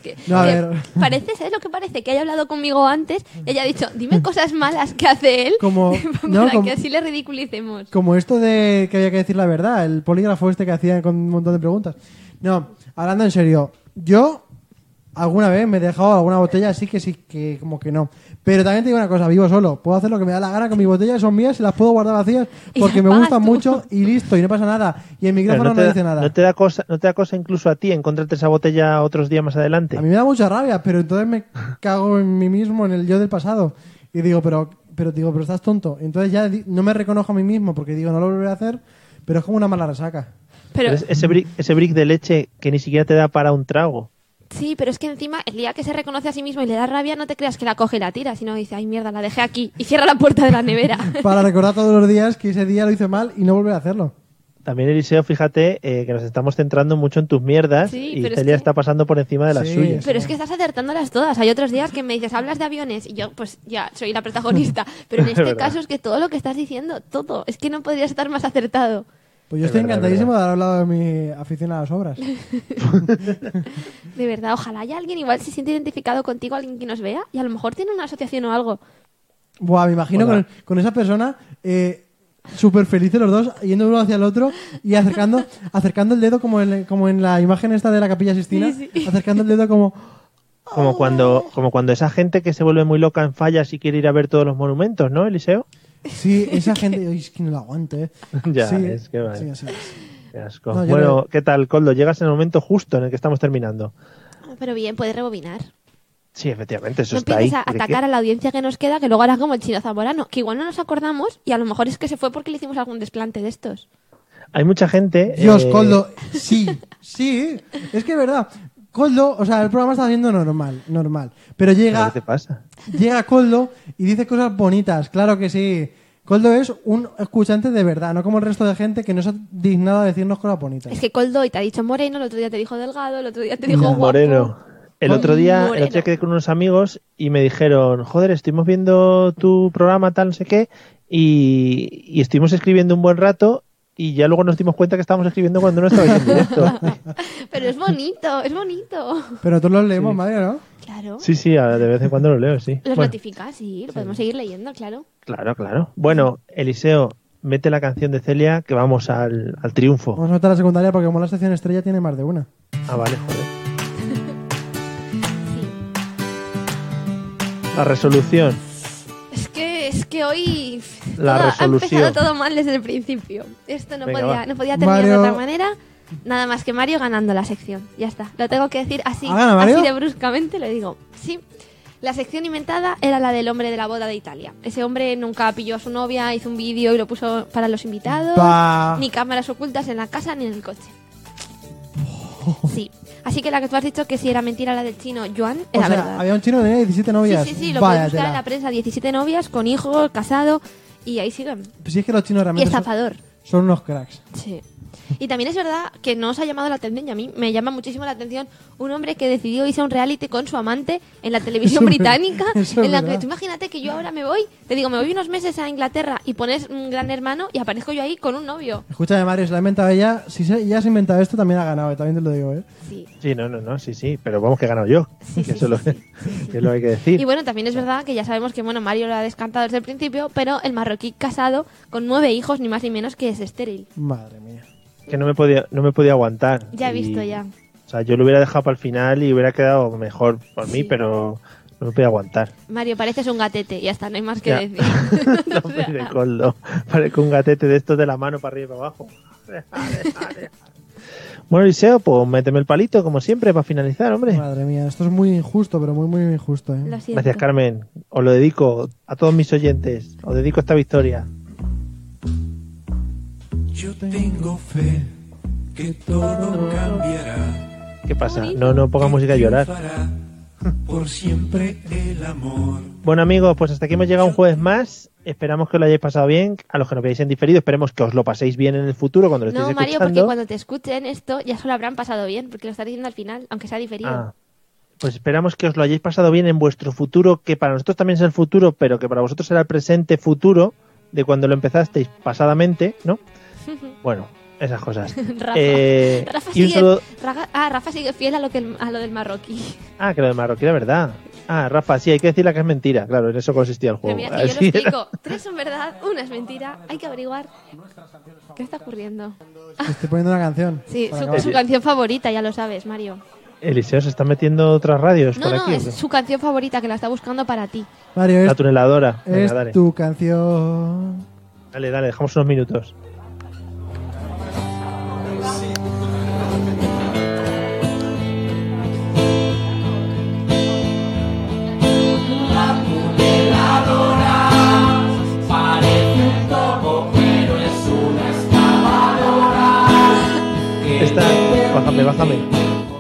[SPEAKER 4] que-
[SPEAKER 3] No, a
[SPEAKER 4] que
[SPEAKER 3] ver.
[SPEAKER 4] Parece, ¿sabes lo que parece? Que haya hablado conmigo antes y haya dicho, dime cosas malas que hace él
[SPEAKER 3] Como-
[SPEAKER 4] para
[SPEAKER 3] no, como-
[SPEAKER 4] que así le ridiculicemos.
[SPEAKER 3] Como esto de que había que decir la verdad, el polígrafo este que hacía con un montón de preguntas. No, hablando en serio, yo alguna vez me he dejado alguna botella así que sí, que como que no. Pero también te digo una cosa, vivo solo, puedo hacer lo que me da la gana con mis botellas, son mías y las puedo guardar vacías
[SPEAKER 4] Y
[SPEAKER 3] porque
[SPEAKER 4] las
[SPEAKER 3] me
[SPEAKER 4] pagas
[SPEAKER 3] gustan
[SPEAKER 4] tú.
[SPEAKER 3] mucho y listo, y no pasa nada. Y
[SPEAKER 1] Pero
[SPEAKER 3] el micrófono no,
[SPEAKER 1] te da,
[SPEAKER 3] dice nada.
[SPEAKER 1] no te da cosa, no te da cosa incluso a ti encontrarte esa botella otros días más adelante.
[SPEAKER 3] A mí me da mucha rabia, pero entonces me cago en mí mismo, en el yo del pasado. Y digo, pero, pero digo, pero estás tonto. Entonces ya di- no me reconozco a mí mismo porque digo, no lo volveré a hacer, pero es como una mala resaca.
[SPEAKER 4] Pero,
[SPEAKER 1] Pero es- ese, brick, ese brick de leche que ni siquiera te da para un trago.
[SPEAKER 4] sí, pero es que encima el día que se reconoce a sí mismo y le da rabia, no te creas que la coge y la tira, sino dice, ay mierda, la dejé aquí y cierra la puerta de la nevera.
[SPEAKER 3] para recordar todos los días que ese día lo hice mal y no volver a hacerlo.
[SPEAKER 1] También, Eliseo, fíjate eh, que nos estamos centrando mucho en tus mierdas
[SPEAKER 4] Sí,
[SPEAKER 1] y
[SPEAKER 4] pero es
[SPEAKER 1] Celia
[SPEAKER 4] que-
[SPEAKER 1] está pasando por encima de las
[SPEAKER 3] Sí.
[SPEAKER 1] suyas.
[SPEAKER 4] Pero es que estás acertándolas todas. Hay otros días que me dices, hablas de aviones y yo, pues ya, soy la protagonista. Pero en
[SPEAKER 1] Es
[SPEAKER 4] este
[SPEAKER 1] verdad.
[SPEAKER 4] caso es que todo lo que estás diciendo, todo, es que no podrías estar más acertado.
[SPEAKER 3] Pues yo
[SPEAKER 1] Es
[SPEAKER 3] estoy
[SPEAKER 1] verdad,
[SPEAKER 3] encantadísimo de haber hablado de mi afición a las obras.
[SPEAKER 4] De verdad, ojalá haya alguien igual se siente identificado contigo, alguien que nos vea y a lo mejor tiene una asociación o algo.
[SPEAKER 3] Buah, me imagino
[SPEAKER 1] Hola.
[SPEAKER 3] con, con esa persona eh, súper felices los dos, yendo uno hacia el otro y acercando, acercando el dedo como en, como en la imagen esta de la capilla Sistina, acercando el dedo como...
[SPEAKER 4] Oh,
[SPEAKER 1] Como cuando, como cuando esa gente que se vuelve muy loca en fallas y quiere ir a ver todos los monumentos, ¿no, Eliseo?
[SPEAKER 3] Sí, esa gente, "Ay, es que no la aguanto, ¿eh?
[SPEAKER 1] Ya,
[SPEAKER 3] Sí,
[SPEAKER 1] es que vale.
[SPEAKER 3] sí, así es.
[SPEAKER 1] Qué asco.
[SPEAKER 3] No, yo
[SPEAKER 1] bueno,
[SPEAKER 3] no-
[SPEAKER 1] ¿qué tal, Coldo? Llegas en el momento justo en el que estamos terminando.
[SPEAKER 4] Pero bien, puedes rebobinar.
[SPEAKER 1] Sí, efectivamente, eso
[SPEAKER 4] no
[SPEAKER 1] está ahí.
[SPEAKER 4] empieces a
[SPEAKER 1] ¿De qué?
[SPEAKER 4] atacar a la audiencia que nos queda, que luego harás como el chino zamorano, que igual no nos acordamos y a lo mejor es que se fue porque le hicimos algún desplante de estos.
[SPEAKER 1] Hay mucha gente.
[SPEAKER 3] Dios,
[SPEAKER 1] eh,
[SPEAKER 3] Coldo, sí, sí, es que es verdad. Coldo, o sea, el programa está haciendo normal, normal. Pero
[SPEAKER 1] ¿pero
[SPEAKER 3] llega,
[SPEAKER 1] ¿Qué te pasa?
[SPEAKER 3] llega Coldo y dice cosas bonitas, claro que sí. Coldo es un escuchante de verdad, no como el resto de gente que no se ha dignado a decirnos cosas bonitas.
[SPEAKER 4] Es que Coldoy te ha dicho moreno, el otro día te dijo delgado, el otro día te dijo guapo.
[SPEAKER 1] Moreno. El otro, día, el
[SPEAKER 4] Moreno.
[SPEAKER 1] otro día quedé con unos amigos y me dijeron, joder, estuvimos viendo tu programa tal, no sé qué, y, y estuvimos escribiendo un buen rato y ya luego nos dimos cuenta que estábamos escribiendo cuando no estabais en directo.
[SPEAKER 4] Pero es bonito, es bonito.
[SPEAKER 3] Pero todos los leemos, madre, ¿no?
[SPEAKER 4] Claro.
[SPEAKER 1] Sí, sí, ahora de vez en cuando lo leo, sí.
[SPEAKER 4] Los
[SPEAKER 1] Bueno,
[SPEAKER 4] notificas, sí, lo podemos seguir leyendo, claro.
[SPEAKER 1] claro, claro. Bueno, Eliseo, mete la canción de Celia que vamos al, al triunfo.
[SPEAKER 3] Vamos a notar la secundaria porque como la estación estrella tiene más de una.
[SPEAKER 1] Ah, vale, joder.
[SPEAKER 4] Sí.
[SPEAKER 1] La resolución.
[SPEAKER 4] Es que, es que hoy
[SPEAKER 1] La
[SPEAKER 4] todo-
[SPEAKER 1] resolución.
[SPEAKER 4] ha empezado todo mal desde el principio. Esto no,
[SPEAKER 1] Venga, va.
[SPEAKER 4] podía, no podía terminar
[SPEAKER 3] Mario-
[SPEAKER 4] de otra manera. Nada más que Mario ganando la sección. Ya está. Lo tengo que decir así,
[SPEAKER 3] ¿Ha ganado Ah, Mario?
[SPEAKER 4] así de bruscamente, lo digo. Sí. La sección inventada era la del hombre de la boda de Italia. Ese hombre nunca pilló a su novia, hizo un vídeo y lo puso para los invitados.
[SPEAKER 3] Pa.
[SPEAKER 4] Ni cámaras ocultas en la casa ni en el coche. Sí. Así que la que tú has dicho que si era mentira la del chino Joan, era
[SPEAKER 3] o sea,
[SPEAKER 4] verdad.
[SPEAKER 3] había un chino que tenía 17 novias.
[SPEAKER 4] Sí, sí, sí, lo
[SPEAKER 3] Vaya
[SPEAKER 4] puedes buscar en
[SPEAKER 3] tela.
[SPEAKER 4] la prensa. 17 novias, con hijos, casado, y ahí siguen.
[SPEAKER 3] Si es que los chinos
[SPEAKER 4] Y
[SPEAKER 3] realmente son,
[SPEAKER 4] estafador.
[SPEAKER 3] son unos cracks.
[SPEAKER 4] Sí. Y también es verdad que no os ha llamado la atención, y a mí me llama muchísimo la atención, un hombre que decidió irse a un reality con su amante en la televisión
[SPEAKER 3] Eso es
[SPEAKER 4] británica.
[SPEAKER 3] ver- eso es
[SPEAKER 4] en la
[SPEAKER 3] verdad.
[SPEAKER 4] que tú imagínate que yo ahora me voy, te digo, me voy unos meses a Inglaterra y pones un gran hermano y aparezco yo ahí con un novio.
[SPEAKER 3] Escúchame, Mario, se la ha inventado ella. Si se- ella se ha inventado esto, también ha ganado, eh, también te lo digo, ¿eh?
[SPEAKER 4] Sí.
[SPEAKER 1] Sí, no, no, no, sí, sí, pero vamos que he ganado yo.
[SPEAKER 4] Sí,
[SPEAKER 1] que
[SPEAKER 4] sí,
[SPEAKER 1] eso
[SPEAKER 4] sí,
[SPEAKER 1] lo,
[SPEAKER 4] sí,
[SPEAKER 1] que lo hay que decir.
[SPEAKER 4] Y bueno, también es verdad que ya sabemos que bueno Mario lo ha descartado desde el principio, pero el marroquí casado con nueve hijos, ni más ni menos que es estéril.
[SPEAKER 3] Madre mía.
[SPEAKER 1] que no me podía no me podía aguantar.
[SPEAKER 4] Ya he
[SPEAKER 1] Y,
[SPEAKER 4] visto ya.
[SPEAKER 1] O sea, yo lo hubiera dejado para el final y hubiera quedado mejor por mí,
[SPEAKER 4] Sí.
[SPEAKER 1] pero no me podía aguantar.
[SPEAKER 4] Mario, pareces un gatete y hasta no hay más que
[SPEAKER 1] Ya.
[SPEAKER 4] decir.
[SPEAKER 1] no,
[SPEAKER 4] O sea,
[SPEAKER 1] pero de coldo. Parezco un gatete de estos de la mano para arriba y para abajo. bueno, Eliseo, pues méteme el palito, como siempre, para finalizar, hombre.
[SPEAKER 3] Madre mía, esto es muy injusto, pero muy, muy injusto, ¿eh?
[SPEAKER 4] lo siento.
[SPEAKER 1] Gracias, Carmen. Os lo dedico a todos mis oyentes. Os dedico esta victoria.
[SPEAKER 6] Yo tengo fe que todo cambiará.
[SPEAKER 1] ¿Qué pasa? No, no ponga música a llorar.
[SPEAKER 6] Triunfará Por siempre el amor.
[SPEAKER 1] Bueno amigos, pues hasta aquí hemos llegado un jueves más. Esperamos que os lo hayáis pasado bien. A los que nos veáis en diferido, esperemos que os lo paséis bien en el futuro cuando lo estéis
[SPEAKER 4] No, Mario, porque
[SPEAKER 1] escuchando.
[SPEAKER 4] cuando te escuchen esto ya se lo habrán pasado bien, porque lo estás diciendo al final, aunque sea diferido.
[SPEAKER 1] Ah, pues esperamos que os lo hayáis pasado bien en vuestro futuro, que para nosotros también es el futuro, pero que para vosotros será el presente futuro de cuando lo empezasteis pasadamente, ¿no? Bueno, esas cosas.
[SPEAKER 4] Rafa.
[SPEAKER 1] Eh,
[SPEAKER 4] Rafa
[SPEAKER 1] y un
[SPEAKER 4] sigue-
[SPEAKER 1] saludo-
[SPEAKER 4] Raga- ah, Rafa sigue fiel a lo, que el- a lo del marroquí.
[SPEAKER 1] Ah, que lo de Marroquí era verdad. Ah, Rafa, sí, hay que decir la que es mentira. Claro, en eso consistía el
[SPEAKER 4] Pero
[SPEAKER 1] juego.
[SPEAKER 4] mira, que yo lo
[SPEAKER 1] Oh, Así era.
[SPEAKER 4] explico. Tres son verdad, una es mentira. Hay que averiguar qué está ocurriendo.
[SPEAKER 3] Estoy poniendo una canción.
[SPEAKER 4] Sí,
[SPEAKER 3] para
[SPEAKER 4] su,
[SPEAKER 3] acabar.
[SPEAKER 4] su canción favorita, ya lo sabes, Mario.
[SPEAKER 1] Eliseo se está metiendo otras radios
[SPEAKER 4] No,
[SPEAKER 1] Pues por
[SPEAKER 4] no,
[SPEAKER 1] aquí. ¿o
[SPEAKER 4] es
[SPEAKER 1] qué?
[SPEAKER 4] su canción favorita que la está buscando para ti.
[SPEAKER 3] Mario,
[SPEAKER 1] La
[SPEAKER 3] es,
[SPEAKER 1] tuneladora. Venga,
[SPEAKER 3] es
[SPEAKER 1] dale.
[SPEAKER 3] tu canción.
[SPEAKER 1] Dale, dale, dejamos unos minutos. Esta, bájame, bájame.